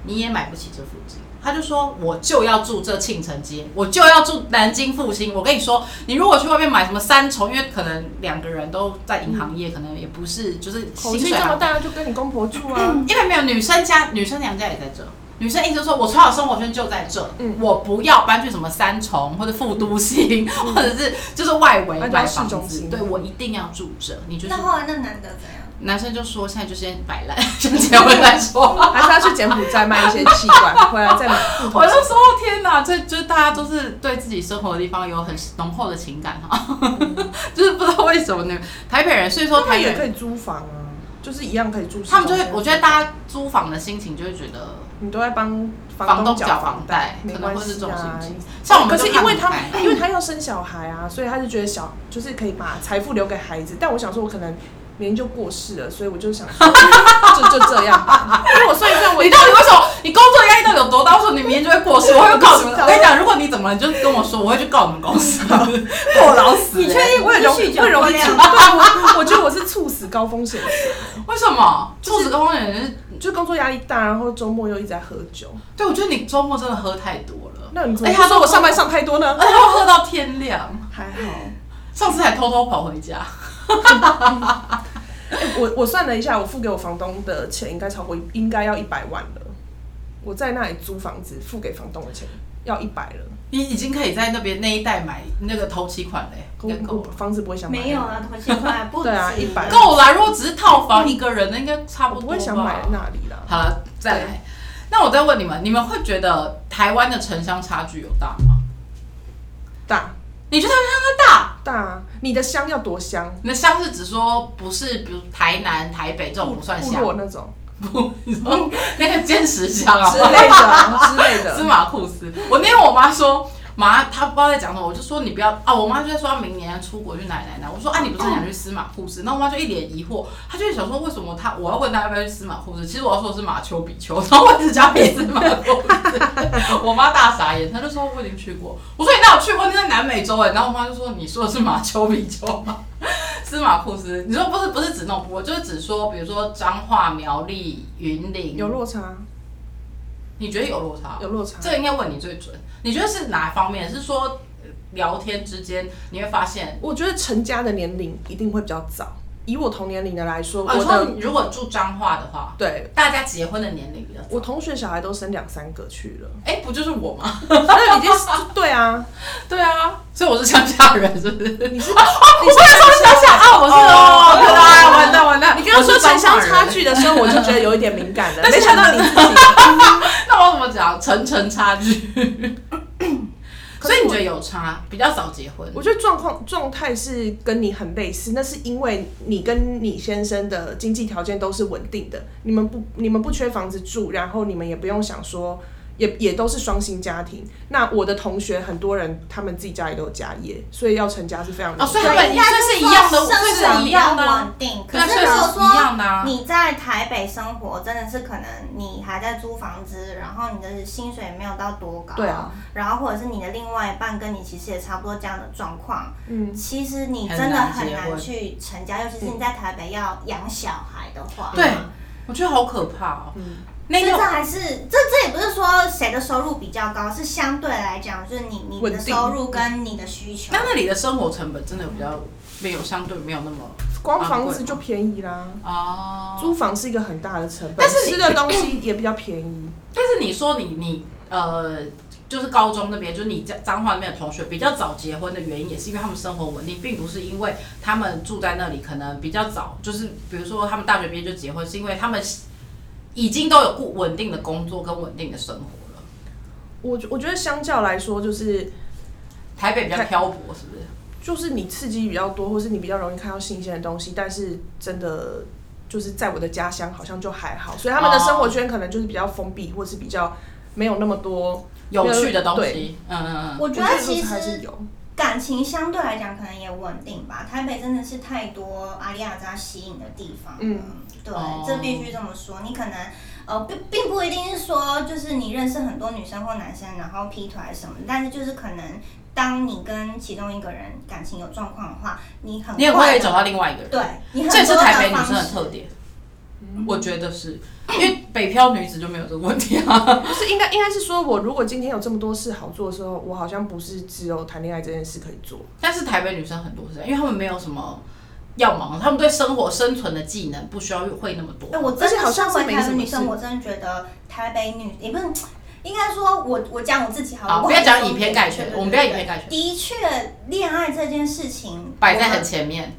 Speaker 1: 你也买不起这附近。他就说，我就要住这庆城街，我就要住南京复兴。我跟你说，你如果去外面买什么三重，因为可能两个人都在银行业，可能也不是就是
Speaker 2: 口
Speaker 1: 薪
Speaker 2: 气
Speaker 1: 水啊
Speaker 2: 这
Speaker 1: 行
Speaker 2: 么
Speaker 1: 情
Speaker 2: 大，就跟你公婆住啊。
Speaker 1: 因为没有女生家，女生娘家也在这。女生一直说，我从小生活圈就在这，
Speaker 2: 嗯
Speaker 1: 我不要搬去什么三重或者副都心，或者是就是外围
Speaker 2: 搬
Speaker 1: 买
Speaker 2: 到嗯市
Speaker 1: 房
Speaker 2: 中
Speaker 1: 子，
Speaker 2: 心
Speaker 1: 对我一定要住这。你就是
Speaker 3: 那后来那男的怎样？
Speaker 1: 男生就说，现在就先摆烂， 先结婚再说。
Speaker 2: 还是要去柬埔寨卖一些器官，回来再买不同
Speaker 1: 我就说天哪，这就是大家都是对自己生活的地方有很浓厚的情感哈， 就是不知道为什么呢？台北人，所以说
Speaker 2: 他
Speaker 1: 台北
Speaker 2: 们也可
Speaker 1: 人，
Speaker 2: 以租房啊，就是一样可以住市中心。
Speaker 1: 他们就会，我觉得大家租房的心情就会觉得，
Speaker 2: 你都在帮
Speaker 1: 房东
Speaker 2: 东
Speaker 1: 缴
Speaker 2: 房
Speaker 1: 房贷
Speaker 2: 没
Speaker 1: 可能
Speaker 2: 关
Speaker 1: 会是
Speaker 2: 系
Speaker 1: 这种
Speaker 2: 啊
Speaker 1: 心情。像我们
Speaker 2: 可是
Speaker 1: 就看
Speaker 2: 因为
Speaker 1: 不
Speaker 2: 他
Speaker 1: 开
Speaker 2: 因为他要生小孩啊，所以他就觉得小就是可以把财富留给孩子。但我想说，我可能明年就过世了，所以我就想说就就这样吧。因为我算一算，我
Speaker 1: 你到底为什么？你工作压力到底有多大？为什么你明天就会过世？我会告你
Speaker 2: 我不知
Speaker 1: 们。
Speaker 2: 道
Speaker 1: 我跟你讲，如果你怎么了，你就跟我说，我会去告你们公 司，过劳死。
Speaker 3: 你确定
Speaker 2: 我也容
Speaker 3: 继续
Speaker 2: 易
Speaker 3: 讲
Speaker 2: 会容易
Speaker 3: 过
Speaker 2: 猝，
Speaker 3: 量
Speaker 2: 对我我觉得我是猝死高风险，
Speaker 1: 为什么？兔子跟风险是，
Speaker 2: 就工作压力大，然后周末又一直在喝酒。
Speaker 1: 对我觉得你周末真的喝太多了，
Speaker 2: 那你怎么
Speaker 1: 哎他说
Speaker 2: 说呃我上班上太多呢？
Speaker 1: 而且我喝到天亮。
Speaker 2: 还好，
Speaker 1: 上次还偷偷跑回家，
Speaker 2: 我我算了一下，我付给我房东的钱应该超过一应该要一百万了。我在那里租房子，付给房东的钱要一百了。
Speaker 1: 你已经可以在那边那一带买那个头期款嘞、
Speaker 2: 我
Speaker 1: 应该够
Speaker 2: 我
Speaker 1: 了。
Speaker 2: 房子不会想买，
Speaker 3: 没有，啊，头期款 不止
Speaker 2: 对啊100
Speaker 1: 够啦，如果只是套房一个人的，应该差
Speaker 2: 我
Speaker 1: 不
Speaker 2: 不
Speaker 1: 多
Speaker 2: 会
Speaker 1: 吧。
Speaker 2: 想买那里啦。
Speaker 1: 好了，再来。那我再问你们，你们会觉得台湾的城乡差距有大吗？
Speaker 2: 大
Speaker 1: 你觉得台湾大？
Speaker 2: 大啊，你的乡要多乡，
Speaker 1: 你的乡是指说不是，比如台南、台北这种不算
Speaker 2: 部
Speaker 1: 乡，
Speaker 2: 落那种
Speaker 1: 不，你说那个坚持乡啊
Speaker 2: 之，类 的之类
Speaker 1: 司
Speaker 2: 的。
Speaker 1: 马库斯。我那天我妈说，妈她不知道在讲什么，我就说你不要啊，我妈就在说她明年要出国去哪里哪里哪里，我说啊你不是很想去司马库斯？那我妈就一脸疑惑，她就想说为什么她我要问她要不要去司马库斯？其实我要说的是马丘比丘，然后我只加比司马库斯， 我妈大傻眼，她就说我已经去过，我说你哪有去过？那在南美洲哎，然后我妈就说你说的是马丘比丘吗？ 司马库斯，你说不是不是指那种部落，就是指说，比如说彰化、苗栗、云林，
Speaker 2: 有落差，
Speaker 1: 你觉得有落差？
Speaker 2: 有落差。
Speaker 1: 这个应该问你最准。你觉得是哪方面？是说呃聊天之间你会发现，
Speaker 2: 我觉得成家的年龄一定会比较早。以我同年龄的来说，
Speaker 1: 哦，你
Speaker 2: 我
Speaker 1: 说
Speaker 2: 的
Speaker 1: 你如果住彰化的话，
Speaker 2: 对
Speaker 1: 大家结婚的年龄比较
Speaker 2: 我
Speaker 1: 早。
Speaker 2: 同学小孩都生两三个 去了，
Speaker 1: 哎、不就是我 吗？
Speaker 2: 那已经是对啊，
Speaker 1: 对啊，所以我是乡下人，是不是？
Speaker 2: 你是
Speaker 1: 我不能说是乡下啊，我是哦，对啊，完蛋完蛋！
Speaker 2: 你刚刚说
Speaker 1: 我是
Speaker 2: 城
Speaker 1: 彰化
Speaker 2: 乡
Speaker 1: 人
Speaker 2: 差，距的时候，我就觉得有一点敏感 了。
Speaker 1: 但是
Speaker 2: 没想到你自己，
Speaker 1: 那我怎么讲？层层差距。
Speaker 2: 可
Speaker 1: 所
Speaker 2: 是
Speaker 1: 以你
Speaker 2: 我
Speaker 1: 觉得有差，比较少结婚？
Speaker 2: 我觉得状况状态是跟你很类似，那是因为你跟你先生的经济条件都是稳定的，你们不你们不缺房子住，然后你们也不用想说。也也都是双薪家庭。那我的同学很多人，他们自己家里都有家业，所以要成家是非常容易
Speaker 1: 哦所以他们
Speaker 3: 对，应该
Speaker 1: 这是一样的
Speaker 3: 说
Speaker 1: 这是
Speaker 3: 生活
Speaker 1: 一样的
Speaker 3: 比较
Speaker 1: 啊
Speaker 3: 稳定。可
Speaker 1: 对啊
Speaker 3: 是
Speaker 1: 所以
Speaker 3: 如果
Speaker 1: 是一样的啊
Speaker 3: 说你在台北生活，真的是可能你还在租房子，然后你的薪水没有到多高，
Speaker 2: 对啊，
Speaker 3: 然后或者是你的另外一半跟你其实也差不多这样的状况，
Speaker 2: 嗯，
Speaker 3: 其实你
Speaker 1: 很
Speaker 3: 真的
Speaker 1: 难
Speaker 3: 很
Speaker 1: 结
Speaker 3: 难
Speaker 1: 婚
Speaker 3: 去成家，尤其是你在台北要养小孩的话，
Speaker 1: 对，
Speaker 2: 嗯
Speaker 1: 我觉得好可怕哦。那
Speaker 3: 所以
Speaker 1: 天
Speaker 3: 这
Speaker 1: 我
Speaker 3: 还是这这也不是说谁的收入比较高，是相对来讲，就是你你
Speaker 2: 稳
Speaker 3: 的
Speaker 2: 定
Speaker 3: 收入跟你的需求
Speaker 1: 那。那里的生活成本真的比较没有相对没有那么
Speaker 2: 光房子就便宜啦，
Speaker 1: 哦。
Speaker 2: 租房是一个很大的成本，
Speaker 1: 但是你
Speaker 2: 吃的东西也比较便宜。
Speaker 1: 但是你说你你呃，就是高中那边，呃就是你彰彰化那边的同学比较早结婚的原因，也是因为他们生活稳定，并不是因为他们住在那里可能比较早，就是比如说他们大学毕业就结婚，是因为他们已经都有固稳定的工作跟稳定的生活了。
Speaker 2: 我我觉得相较来说，就是
Speaker 1: 台北比较漂泊，是不是？
Speaker 2: 就是你刺激比较多，或是你比较容易看到新鲜的东西，但是真的就是在我的家乡好像就还好，所以他们的
Speaker 1: 哦
Speaker 2: 生活圈可能就是比较封闭，或是比较没有那么多。
Speaker 1: 有趣的东
Speaker 2: 对
Speaker 1: 西，嗯嗯嗯。
Speaker 3: 我
Speaker 2: 我
Speaker 3: 觉
Speaker 2: 得
Speaker 3: 得
Speaker 2: 这
Speaker 3: 其
Speaker 2: 个还是
Speaker 3: 实
Speaker 2: 有，
Speaker 3: 感情相对来讲可能也稳定吧。台北真的是太多阿里亚扎吸引的地方了，
Speaker 2: 嗯
Speaker 3: 对，
Speaker 1: 哦
Speaker 3: 这必须这么说。你可能呃，并并不一定是说就是你认识很多女生或男生，然后劈腿什么，但是就是可能当你跟其中一个人感情有状况的话，你很
Speaker 1: 你也
Speaker 3: 快
Speaker 1: 会
Speaker 3: 地
Speaker 1: 找到另外一个人。
Speaker 3: 对，你很
Speaker 1: 这也是
Speaker 3: 多
Speaker 1: 台北
Speaker 3: 的
Speaker 1: 女
Speaker 3: 方
Speaker 1: 生的
Speaker 3: 式
Speaker 1: 特点，我觉得是因为北漂女子就没有这个问题啊。
Speaker 2: 不是应该应该是说，我如果今天有这么多事好做的时候，我好像不是只有谈恋爱这件事可以做。
Speaker 1: 但是台北女生很多是这样，因为她们没有什么要忙，她们对生活生存的技能不需要会那么多
Speaker 3: 哎、。我
Speaker 2: 而
Speaker 3: 真
Speaker 2: 且
Speaker 3: 的
Speaker 2: 好像
Speaker 3: 身
Speaker 2: 是
Speaker 3: 为
Speaker 2: 没
Speaker 3: 台
Speaker 2: 什
Speaker 3: 北
Speaker 2: 么
Speaker 3: 女生，
Speaker 2: 事
Speaker 3: 我真的觉得台北女也不是，应该说我我讲我自己好了，
Speaker 1: 好
Speaker 3: 我
Speaker 1: 不要
Speaker 3: 很
Speaker 1: 讲
Speaker 3: 多
Speaker 1: 以偏
Speaker 3: 年
Speaker 1: 概
Speaker 3: 对
Speaker 1: 全
Speaker 3: 对
Speaker 1: 我们
Speaker 3: 对
Speaker 1: 不要以
Speaker 3: 对
Speaker 1: 偏概全
Speaker 3: 的确，恋爱这件事情
Speaker 1: 摆在
Speaker 3: 我们
Speaker 1: 很前面，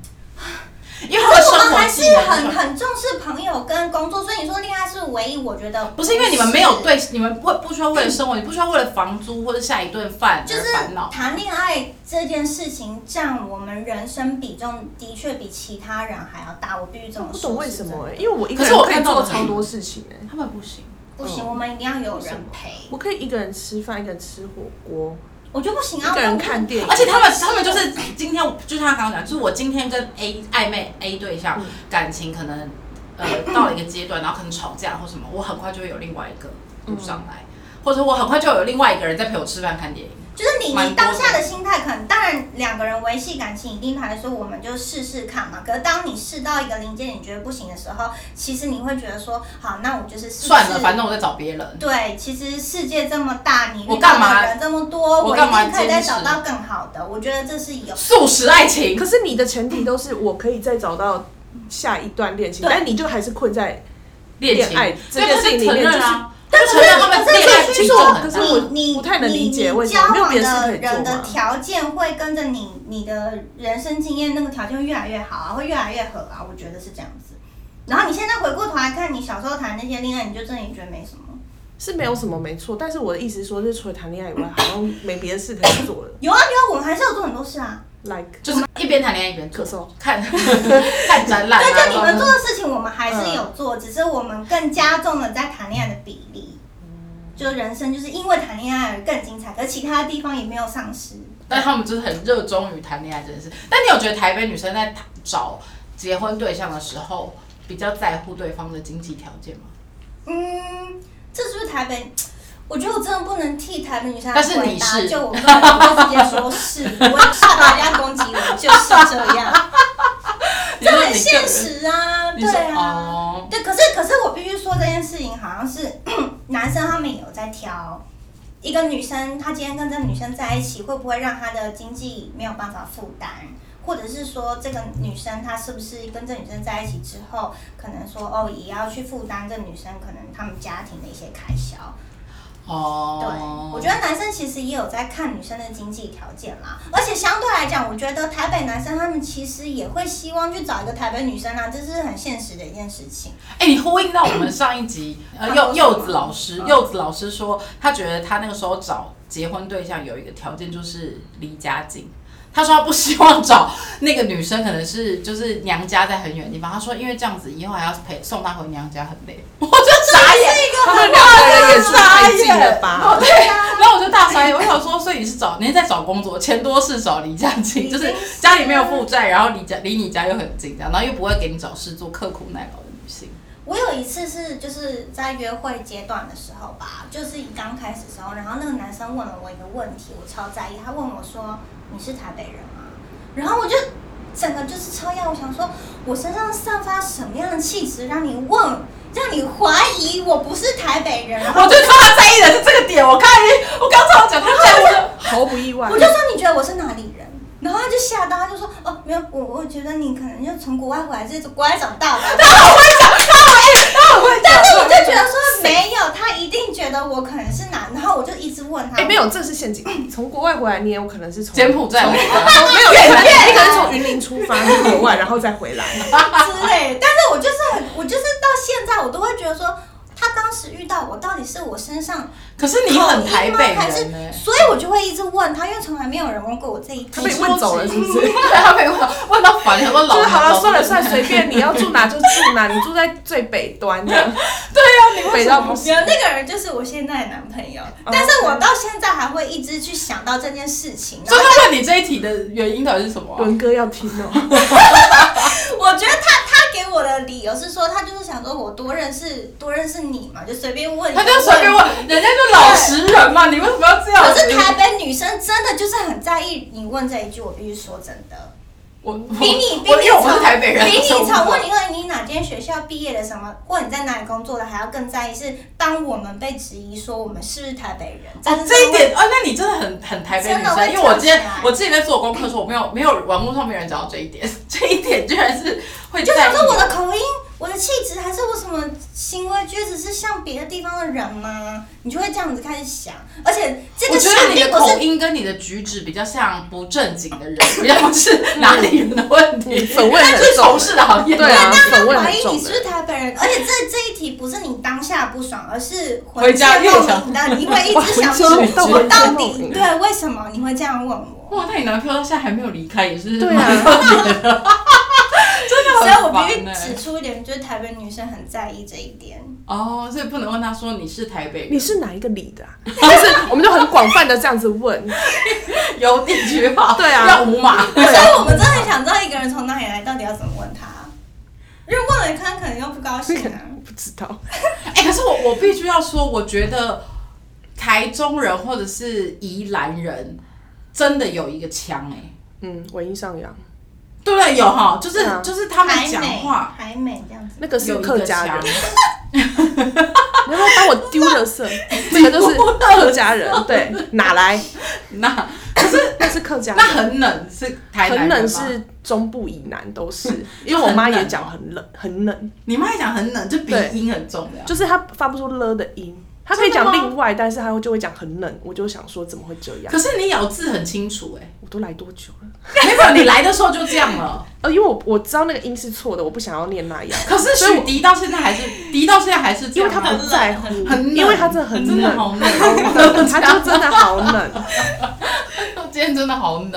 Speaker 1: 因为
Speaker 3: 可
Speaker 1: 她的
Speaker 3: 是我
Speaker 1: 生
Speaker 3: 们
Speaker 1: 活
Speaker 3: 还
Speaker 1: 技
Speaker 3: 是
Speaker 1: 能
Speaker 3: 很
Speaker 1: 不需要
Speaker 3: 很重视朋友跟工作，所以你说恋爱是唯一，我觉得
Speaker 1: 不是因为你们没有对，你们不不需要为了生活，你不需要为了房租或者下一顿饭
Speaker 3: 就
Speaker 1: 而
Speaker 3: 是
Speaker 1: 烦恼。
Speaker 3: 谈恋爱这件事情占我们人生比重的确比其他人还要大，我必须这么
Speaker 2: 不
Speaker 3: 说。
Speaker 2: 懂为什
Speaker 3: 是真
Speaker 2: 么
Speaker 3: 的
Speaker 1: 欸
Speaker 2: 哎、因为我一个
Speaker 1: 可是
Speaker 2: 人
Speaker 1: 我
Speaker 2: 可以
Speaker 1: 看到
Speaker 2: 做
Speaker 1: 的
Speaker 2: 超多事情哎、
Speaker 1: 他们不行，
Speaker 3: 不行，我们一定要
Speaker 1: 嗯
Speaker 3: 有人陪。
Speaker 2: 我可以一个人吃饭，一个人吃火锅，
Speaker 3: 我就不行啊，
Speaker 2: 一个人
Speaker 3: 我
Speaker 2: 看电影，
Speaker 1: 而且他们他们就是今天，就是他刚刚讲，就是我今天跟 A 暧昧 A 对象、
Speaker 2: 嗯
Speaker 1: 感情可能呃到了一个阶段，然后可能吵架或什么，我很快就会有另外一个补上
Speaker 2: 嗯
Speaker 1: 来，或者我很快就有另外一个人在陪我吃饭看电影。
Speaker 3: 就是你
Speaker 1: 蛮
Speaker 3: 你
Speaker 1: 多的
Speaker 3: 当下的心态，可能当然两个人维维系感情，一定还是说我们就试试看嘛。可是当你试到一个临界，你觉得不行的时候，其实你会觉得说，好，那我就是试试
Speaker 1: 算了，反正我在找别人。
Speaker 3: 对，其实世界这么大，你
Speaker 1: 我
Speaker 3: 遇到
Speaker 1: 干嘛
Speaker 3: 的人这么多，
Speaker 1: 我
Speaker 3: 我一
Speaker 1: 干嘛
Speaker 3: 定可以
Speaker 1: 坚
Speaker 3: 再
Speaker 1: 持
Speaker 3: 找到更好的。我觉得这是有
Speaker 1: 素食爱情
Speaker 2: 可，是你的前提都是我可以再找到下一段恋情，
Speaker 1: 对
Speaker 2: 但你就还是困在
Speaker 1: 恋情，
Speaker 2: 恋爱这
Speaker 1: 对，
Speaker 2: 件
Speaker 1: 就
Speaker 2: 事情
Speaker 1: 是
Speaker 2: 里
Speaker 1: 承
Speaker 2: 面就
Speaker 1: 认
Speaker 2: 是
Speaker 1: 啊，但承认他们
Speaker 2: 可是
Speaker 1: 恋爱
Speaker 2: 可是
Speaker 1: 其
Speaker 2: 我
Speaker 1: 中很
Speaker 2: 可
Speaker 1: 大
Speaker 2: 是我
Speaker 3: 你
Speaker 2: 不太能理解
Speaker 3: 你
Speaker 2: 为
Speaker 3: 你
Speaker 2: 什
Speaker 3: 交
Speaker 2: 么没有
Speaker 3: 往
Speaker 2: 别的事可
Speaker 3: 的
Speaker 2: 以做
Speaker 3: 人的
Speaker 2: 吗
Speaker 3: 条件会跟着你你的人生经验那个条件会越来越好啊，会越来越合啊，我觉得是这样子。然后你现在回过头来看你小时候谈那些恋爱，你就真的觉得没什么。
Speaker 2: 是没有什么没错，但是我的意思是说，就是除了谈恋爱以外，好像没别的事可以 做了。
Speaker 3: 有啊有啊，我们还是有做很多事啊。
Speaker 2: Like
Speaker 1: 就是一边谈恋爱一边
Speaker 2: 咳
Speaker 1: 做
Speaker 2: 嗽，
Speaker 1: 看 看展览啊，
Speaker 3: 对，就你
Speaker 1: 然
Speaker 3: 们
Speaker 1: 后
Speaker 3: 做的事情，我们还
Speaker 2: 嗯
Speaker 3: 是有做，只是我们更加重了在谈恋爱的比例。就人生就是因为谈恋爱而更精彩，可是其他地方也没有丧失。
Speaker 1: 但他们就是很热衷于谈恋爱这件事。但你有觉得台北女生在找结婚对象的时候，比较在乎对方的经济条件吗？
Speaker 3: 嗯，这是不是台北？我觉得我真的不能替台北女生来
Speaker 1: 但是
Speaker 3: 回
Speaker 1: 你
Speaker 3: 答，
Speaker 1: 是
Speaker 3: 就我根本不会直接说是，我也怕大家攻击我，就是这样，
Speaker 1: 你
Speaker 3: 这
Speaker 1: 说
Speaker 3: 很
Speaker 1: 你
Speaker 3: 现
Speaker 1: 个人，
Speaker 3: 实啊，
Speaker 1: 你说
Speaker 3: 对啊，
Speaker 1: 哦，
Speaker 3: 对，可是可是我必须说这件事情，好像是 男生他们也有在挑。一个女生，她今天跟这个女生在一起，会不会让她的经济没有办法负担？或者是说，这个女生她是不是跟这女生在一起之后，可能说哦，也要去负担这女生可能他们家庭的一些开销？对
Speaker 1: 哦，，
Speaker 3: 我觉得男生其实也有在看女生的经济条件啦，而且相对来讲，我觉得台北男生他们其实也会希望去找一个台北女生啊，这是很现实的一件事情。
Speaker 1: 哎、你呼应到我们上一集，呃，
Speaker 3: 他
Speaker 1: 柚
Speaker 3: 说什么
Speaker 1: 柚子老师，
Speaker 3: 嗯
Speaker 1: 柚子老师说，他觉得他那个时候找结婚对象有一个条件就是离家近。他说他不希望找那个女生，可能是就是娘家在很远的地方。他说因为这样子以后还要陪送她回娘家很累，我就傻眼。
Speaker 2: 他们两个人也住太近了
Speaker 1: 哦，
Speaker 2: 吧？
Speaker 1: 对，然后我就大傻眼，我想说，所以你是找你是在找工作，钱多是找离家近，
Speaker 3: 已经
Speaker 1: 就是家里没有负债，然后离家离你家又很近，这样，然后又不会给你找事做，刻苦耐劳的女性。
Speaker 3: 我有一次是就是在约会阶段的时候吧，就是刚开始的时候，然后那个男生问了我一个问题，我超在意，他问我说：“你是台北人吗？”然后我就整个就是超讶，我想说我身上散发什么样的气质，让你问，让你怀疑我不是台北 人？然 后
Speaker 1: 我就知道他在意的是这个点，我看我刚才我讲他在乎的，
Speaker 2: 毫不意外
Speaker 3: 我。就说你觉得我是哪里人？然后他就吓到，他就说：“哦，没有，我我觉得你可能就从国外回来，是从国外长大的。” 但是我就觉得说没有，他一定觉得我可能是男，然后我就一直问他。
Speaker 2: 哎，没有，这是陷阱。从国外回来，你也有可能是从
Speaker 1: 柬埔寨
Speaker 2: 从
Speaker 1: 回来
Speaker 2: 从没有，你可
Speaker 3: 来
Speaker 2: 能从云林出发去国外，然后再回 来。
Speaker 3: 之类。但是我就是很，我就是到现在我都会觉得说，他当时遇到我到底是我身上
Speaker 1: 可是你很
Speaker 3: 口
Speaker 1: 台
Speaker 3: 音吗
Speaker 1: 北
Speaker 3: 还是
Speaker 1: 人呢、？欸
Speaker 3: 所以我就会一直问他，因为从来没有人问过我这一
Speaker 2: 他
Speaker 3: 题。
Speaker 2: 被问走了是不
Speaker 3: 哦
Speaker 2: 是？
Speaker 1: 对，他被问问到烦，他说老
Speaker 2: 就是好了，
Speaker 1: 老
Speaker 2: 算了算了，随便你要住哪就住哪，你住在最北端这 样，
Speaker 1: 对啊，你为
Speaker 2: 北
Speaker 1: 什
Speaker 2: 到
Speaker 1: 么
Speaker 2: 不？
Speaker 3: 没有那个人就是我现在的男朋友，
Speaker 1: 哦
Speaker 3: 但是我到现在还会一直去想到这件事情。然
Speaker 1: 所
Speaker 3: 后
Speaker 1: 以他问你这一题的原因到底是什么啊、
Speaker 2: 伦哥要听哦。
Speaker 3: 我觉得他他给我的理由是说，他就是想说我多认识多认识你嘛，就随便问一个
Speaker 1: 他
Speaker 3: 问题。
Speaker 1: 就随便问，人家就老实人嘛，你为什么要这样
Speaker 3: 可
Speaker 1: 子？
Speaker 3: 是台北女生真的就是很在意你问这一句，我必须说真的，
Speaker 1: 我
Speaker 3: 比你 比
Speaker 1: 我因
Speaker 3: 你
Speaker 1: 为我是
Speaker 3: 从
Speaker 1: 台北人，
Speaker 3: 比你
Speaker 1: 所以我不知道
Speaker 3: 从问你问你哪间学校毕业的什么，或你在哪里工作的，还要更在意是当我们被质疑说我们是不是台北人，真
Speaker 1: 哦
Speaker 3: 的，是
Speaker 1: 这一点啊、那你真的很很台北女
Speaker 3: 真的
Speaker 1: 生，
Speaker 3: 会啊
Speaker 1: 因为我今天
Speaker 3: 跳起来
Speaker 1: 我自己在做功课的时候，我没有没有网络上没有人讲到这一点， 这一点居然是会
Speaker 3: 就
Speaker 1: 在
Speaker 3: 想
Speaker 1: 意
Speaker 3: 说我的口音、我的气质，还是我什么行为举止是像别的地方的人吗？你就会这样子开始想，而且这
Speaker 1: 我
Speaker 3: 个
Speaker 1: 觉
Speaker 3: 想
Speaker 1: 得你
Speaker 3: 并
Speaker 1: 的
Speaker 3: 不
Speaker 1: 口
Speaker 3: 是。
Speaker 1: 音跟你的举止比较像不正经的人，比较不是
Speaker 3: 嗯
Speaker 1: 哪里人的问题，
Speaker 2: 嗯粉味很
Speaker 1: 是
Speaker 2: 重
Speaker 1: 从事的行业。
Speaker 2: 对啊，
Speaker 3: 他
Speaker 2: 粉味
Speaker 3: 怀
Speaker 2: 很
Speaker 3: 疑
Speaker 2: 重
Speaker 3: 你是不
Speaker 2: 的
Speaker 3: 是。台北人，而且这这一题不是你当下不爽，而是
Speaker 1: 回
Speaker 3: 回
Speaker 1: 家
Speaker 3: 家
Speaker 1: 越
Speaker 3: 梦
Speaker 1: 想
Speaker 3: 萦的，你会一直
Speaker 1: 回家
Speaker 3: 想说，
Speaker 1: 梦萦
Speaker 3: 我到
Speaker 2: 回家梦
Speaker 3: 底
Speaker 2: 萦
Speaker 3: 对为什么你会这样问我？
Speaker 1: 哇，那你男朋友到现在还没有离开，也是
Speaker 2: 对
Speaker 1: 蛮
Speaker 2: 啊
Speaker 1: 特别的真
Speaker 3: 所
Speaker 1: 的
Speaker 3: 以
Speaker 1: 很
Speaker 3: 我必
Speaker 1: 烦
Speaker 3: 须指
Speaker 1: 欸。
Speaker 3: 出一点，就是台北女生很在意这一点。
Speaker 1: 哦，所以不能问他说你是台北人，
Speaker 2: 你是哪一个里的、啊？就是我们就很广泛的这样子问，
Speaker 1: 有地区化，
Speaker 2: 对啊
Speaker 1: 要五码。
Speaker 3: 所以我们真的很想知道一个人从哪里来，到底要怎么问他。因为问了他可能又不高兴啊。
Speaker 2: 不知道。
Speaker 1: 哎、可是我我必须要说，我觉得台中人或者是宜兰人真的有一个腔哎、
Speaker 2: 嗯，文艺上扬，
Speaker 1: 对不对？有哈，就是、
Speaker 2: 对啊
Speaker 1: 就是他们
Speaker 3: 还
Speaker 1: 讲
Speaker 3: 美
Speaker 1: 话
Speaker 3: 还美这样子。
Speaker 2: 那个是
Speaker 1: 有一
Speaker 2: 客
Speaker 1: 个
Speaker 2: 家
Speaker 1: 腔
Speaker 2: 人，，你要不要帮我丢垃圾？ 那个就是客家人，对，哪来？
Speaker 1: 那
Speaker 2: 那是客家
Speaker 1: 那
Speaker 2: 人。
Speaker 1: 很冷是台南
Speaker 2: 很
Speaker 1: 人
Speaker 2: 冷
Speaker 1: 吗
Speaker 2: 是中部以南都 是，因为我妈也讲很冷，很冷，
Speaker 1: 你妈也讲很冷，就鼻
Speaker 2: 对
Speaker 1: 音很重的啊。
Speaker 2: 就是她发不出了的音，她可以
Speaker 1: 真的
Speaker 2: 讲
Speaker 1: 吗
Speaker 2: 另外，但是她就会讲很冷，我就想说怎么会这样？
Speaker 1: 可是你咬字很清楚哎、
Speaker 2: 我都来多久了？
Speaker 1: 没有你来的时候就这样了。
Speaker 2: 呃，因为我我知道那个音是错的，我不想要念那样，
Speaker 1: 可是许迪到现在还是迪到现在还是这
Speaker 2: 因
Speaker 1: 样
Speaker 2: 为她
Speaker 1: 啊，
Speaker 2: 不在乎，
Speaker 1: 很冷，
Speaker 2: 因为她真的很
Speaker 1: 真的
Speaker 2: 冷，
Speaker 1: 好 冷， 哦
Speaker 2: 她就真的好冷。
Speaker 1: 今天真的好冷，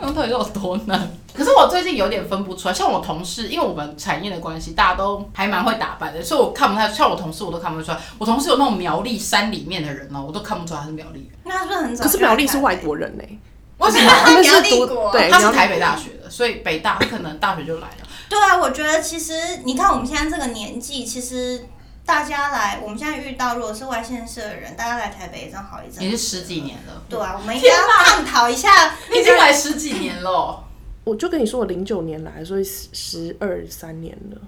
Speaker 1: 那到底有多冷？可是我最近有点分不出来，像我同事，因为我们产业的关系，大家都还蛮会打扮的，所以我看不太像我同事，我都看不出来。我同事有那种苗栗山里面的人哦，我都看不出来他是苗栗人。
Speaker 3: 那是不是很早？
Speaker 2: 可是苗栗是外，国人呢、欸
Speaker 1: 为什
Speaker 3: 他
Speaker 1: 么？
Speaker 2: 们
Speaker 3: 苗
Speaker 2: 是
Speaker 3: 栗
Speaker 2: 读
Speaker 3: 国
Speaker 2: 对
Speaker 1: 他是
Speaker 2: 苗栗
Speaker 1: 台北大学的，所以北大他可能大学就来了。
Speaker 3: 对啊，我觉得其实你看我们现在这个年纪，其实大家来，我们现在遇到如果是外县市的人，大家来台北也正好一阵子。
Speaker 1: 也是十几年了，
Speaker 3: 对啊，我们应该要探讨一下。
Speaker 1: 你已经来十几年了哦。
Speaker 2: 我就跟你说，我零九年来，所以十二三年了。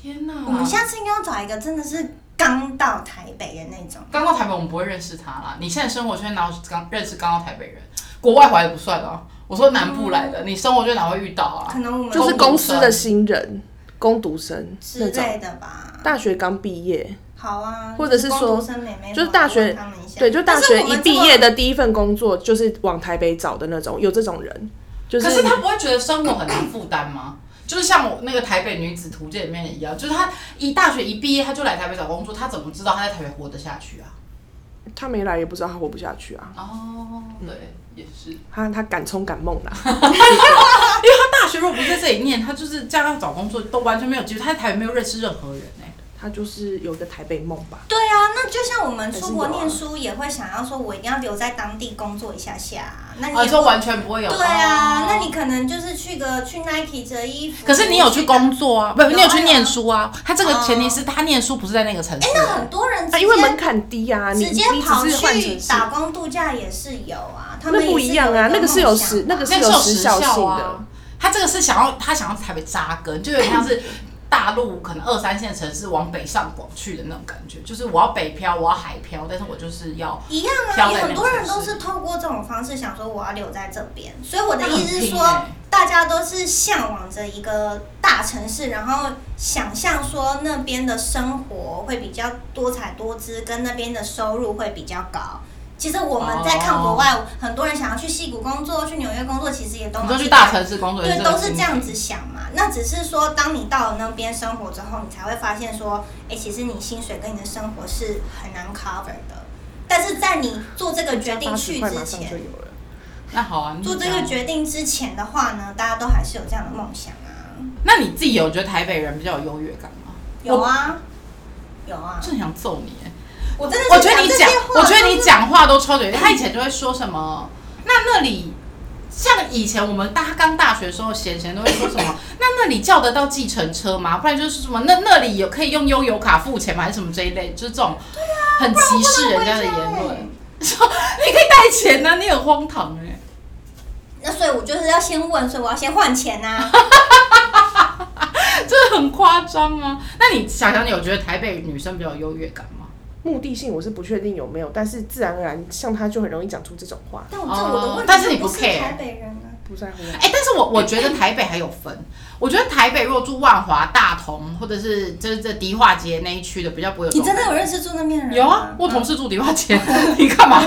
Speaker 1: 天哪！
Speaker 3: 我们下次应该要找一个真的是刚到台北的那种。
Speaker 1: 刚到台北，我们不会认识他啦。你现在生活圈哪有刚认识刚到台北人？国外回来不算啊。我说南部来
Speaker 3: 嗯
Speaker 1: 的，你生活圈哪会遇到啊？
Speaker 3: 可能我们
Speaker 2: 就是公司的新人、工读生
Speaker 3: 之
Speaker 2: 那种，
Speaker 3: 类的吧。
Speaker 2: 大学刚毕业，
Speaker 3: 好啊，
Speaker 2: 或者是
Speaker 3: 工
Speaker 2: 说
Speaker 3: 读生妹妹
Speaker 2: 就是大学
Speaker 3: 好好问他们一下
Speaker 2: 对，就大
Speaker 3: 但是
Speaker 2: 学
Speaker 3: 我们
Speaker 2: 一
Speaker 3: 这
Speaker 2: 毕
Speaker 3: 么
Speaker 2: 业的第一份工作就是往台北找的那种，有这种人，就
Speaker 1: 可是他不会觉得生活很难负担吗？就是像我那个台北女子图鉴里面一样，就是他一大学一毕业他就来台北找工作，他怎么知道他在台北活得下去啊？
Speaker 2: 他没来也不知道他活不下去啊，
Speaker 1: 哦，对，也是。
Speaker 2: 他他敢冲敢梦啊啦，
Speaker 1: 他大学如果不是在这里念，他就是这样找工作都完全没有机会。他在台北没有认识任何人哎、
Speaker 2: 他就是有个台北梦吧。
Speaker 3: 对啊，那就像我们出国
Speaker 2: 还是有啊
Speaker 3: 念书也会想要说，我一定要留在当地工作一下下啊。那你
Speaker 1: 啊，
Speaker 3: 也
Speaker 1: 就
Speaker 3: 不
Speaker 1: 完全不会有。
Speaker 3: 对啊
Speaker 1: 哦，
Speaker 3: 那你可能就是去个去 Nike 折衣服。啊
Speaker 1: 可是你有去工作啊，不，
Speaker 3: 有啊嗯
Speaker 1: 你有去念书啊。他这个前提是他念书不是在那个城市
Speaker 3: 哎、。那很多人直接、
Speaker 2: 啊，因为门槛低啊，你
Speaker 3: 直
Speaker 2: 你
Speaker 3: 接
Speaker 2: 你
Speaker 3: 跑
Speaker 2: 只是换
Speaker 3: 去
Speaker 2: 城市，
Speaker 3: 打工度假也是有啊，他们
Speaker 2: 那不一样啊，
Speaker 3: 也
Speaker 2: 那个是
Speaker 3: 有
Speaker 2: 有
Speaker 3: 一梦想
Speaker 2: 时那个
Speaker 1: 那
Speaker 2: 是
Speaker 1: 个
Speaker 2: 有
Speaker 1: 是有
Speaker 2: 时
Speaker 1: 时
Speaker 2: 效
Speaker 1: 效
Speaker 2: 性的
Speaker 1: 啊，他这个是想要他想要在台北扎根，就有点像 是大陆可能二三线城市往北上广去的那种感觉，就是我要北漂，我要海漂，但是我就是要
Speaker 3: 一样啊，
Speaker 1: 挑战
Speaker 3: 很多人
Speaker 1: 两个
Speaker 3: 都
Speaker 1: 城市
Speaker 3: 是透过这种方式想说我要留在这边，所以我的
Speaker 1: 那很
Speaker 3: 意思是
Speaker 1: 拼
Speaker 3: 说
Speaker 1: 欸，
Speaker 3: 大家都是向往着一个大城市，然后想象说那边的生活会比较多彩多姿，跟那边的收入会比较高。其实我们在看国
Speaker 1: 哦
Speaker 3: 外，很多人想要去西谷工作、去纽约工作，其实也都
Speaker 1: 你
Speaker 3: 蛮
Speaker 1: 说去
Speaker 3: 去
Speaker 1: 大城市工作，
Speaker 3: 对，
Speaker 1: 也
Speaker 3: 都是
Speaker 1: 很
Speaker 3: 这
Speaker 1: 辛苦
Speaker 3: 样子想嘛。那只是说，当你到了那边生活之后，你才会发现说，哎、其实你薪水跟你的生活是很难 cover 的。但是在你做这个呃决定
Speaker 2: 八
Speaker 3: 去
Speaker 2: 十块马
Speaker 3: 之
Speaker 2: 上就
Speaker 3: 前，
Speaker 2: 有了。
Speaker 1: 那好啊，
Speaker 3: 做这个
Speaker 1: 得，
Speaker 3: 决定之前的话呢，大家都还是有这样的梦想啊。
Speaker 1: 那你自己有觉得台北人比较有优越感吗？
Speaker 3: 有啊，有啊
Speaker 1: 我，真的想揍你欸！
Speaker 3: 我真的是
Speaker 1: 我觉得你
Speaker 3: 这
Speaker 1: 讲
Speaker 3: 些，话
Speaker 1: 我觉得你
Speaker 3: 都是
Speaker 1: 讲话都超级，他以前就会说什么，那那里。像以前我们大家刚大学的时候，闲闲都会说什么？那那里叫得到计程车吗？不然就是什么？那那里有可以用悠游卡付钱吗？还是什么这一类？就是这种很歧视人家的言
Speaker 3: 啊不然我不能回家欸
Speaker 1: 论。 说你可以带钱啊呢、你很荒唐哎、
Speaker 3: 那所以我就是要先问，所以我要先换钱呐、啊。
Speaker 1: 这很夸张啊！那你想想，你有觉得台北女生比较有优越感吗？
Speaker 2: 目的性我是不确定有没有，但是自然而然，像他就很容易讲出这种话，
Speaker 3: 但我这我的问题、
Speaker 1: 哦但是你
Speaker 3: 不
Speaker 1: 不
Speaker 3: 是
Speaker 1: care
Speaker 3: 台北人啊。
Speaker 2: 不在乎。
Speaker 1: 哎、但是我我觉得台北还有分，我觉得台北如果住万华、大同或者是就是这迪化街那一区的，比较不会有这
Speaker 3: 你
Speaker 1: 种
Speaker 3: 真
Speaker 1: 感觉。
Speaker 3: 的嗯有认识住那边的人吗？
Speaker 1: 有啊，我同事住迪化街， 你干嘛？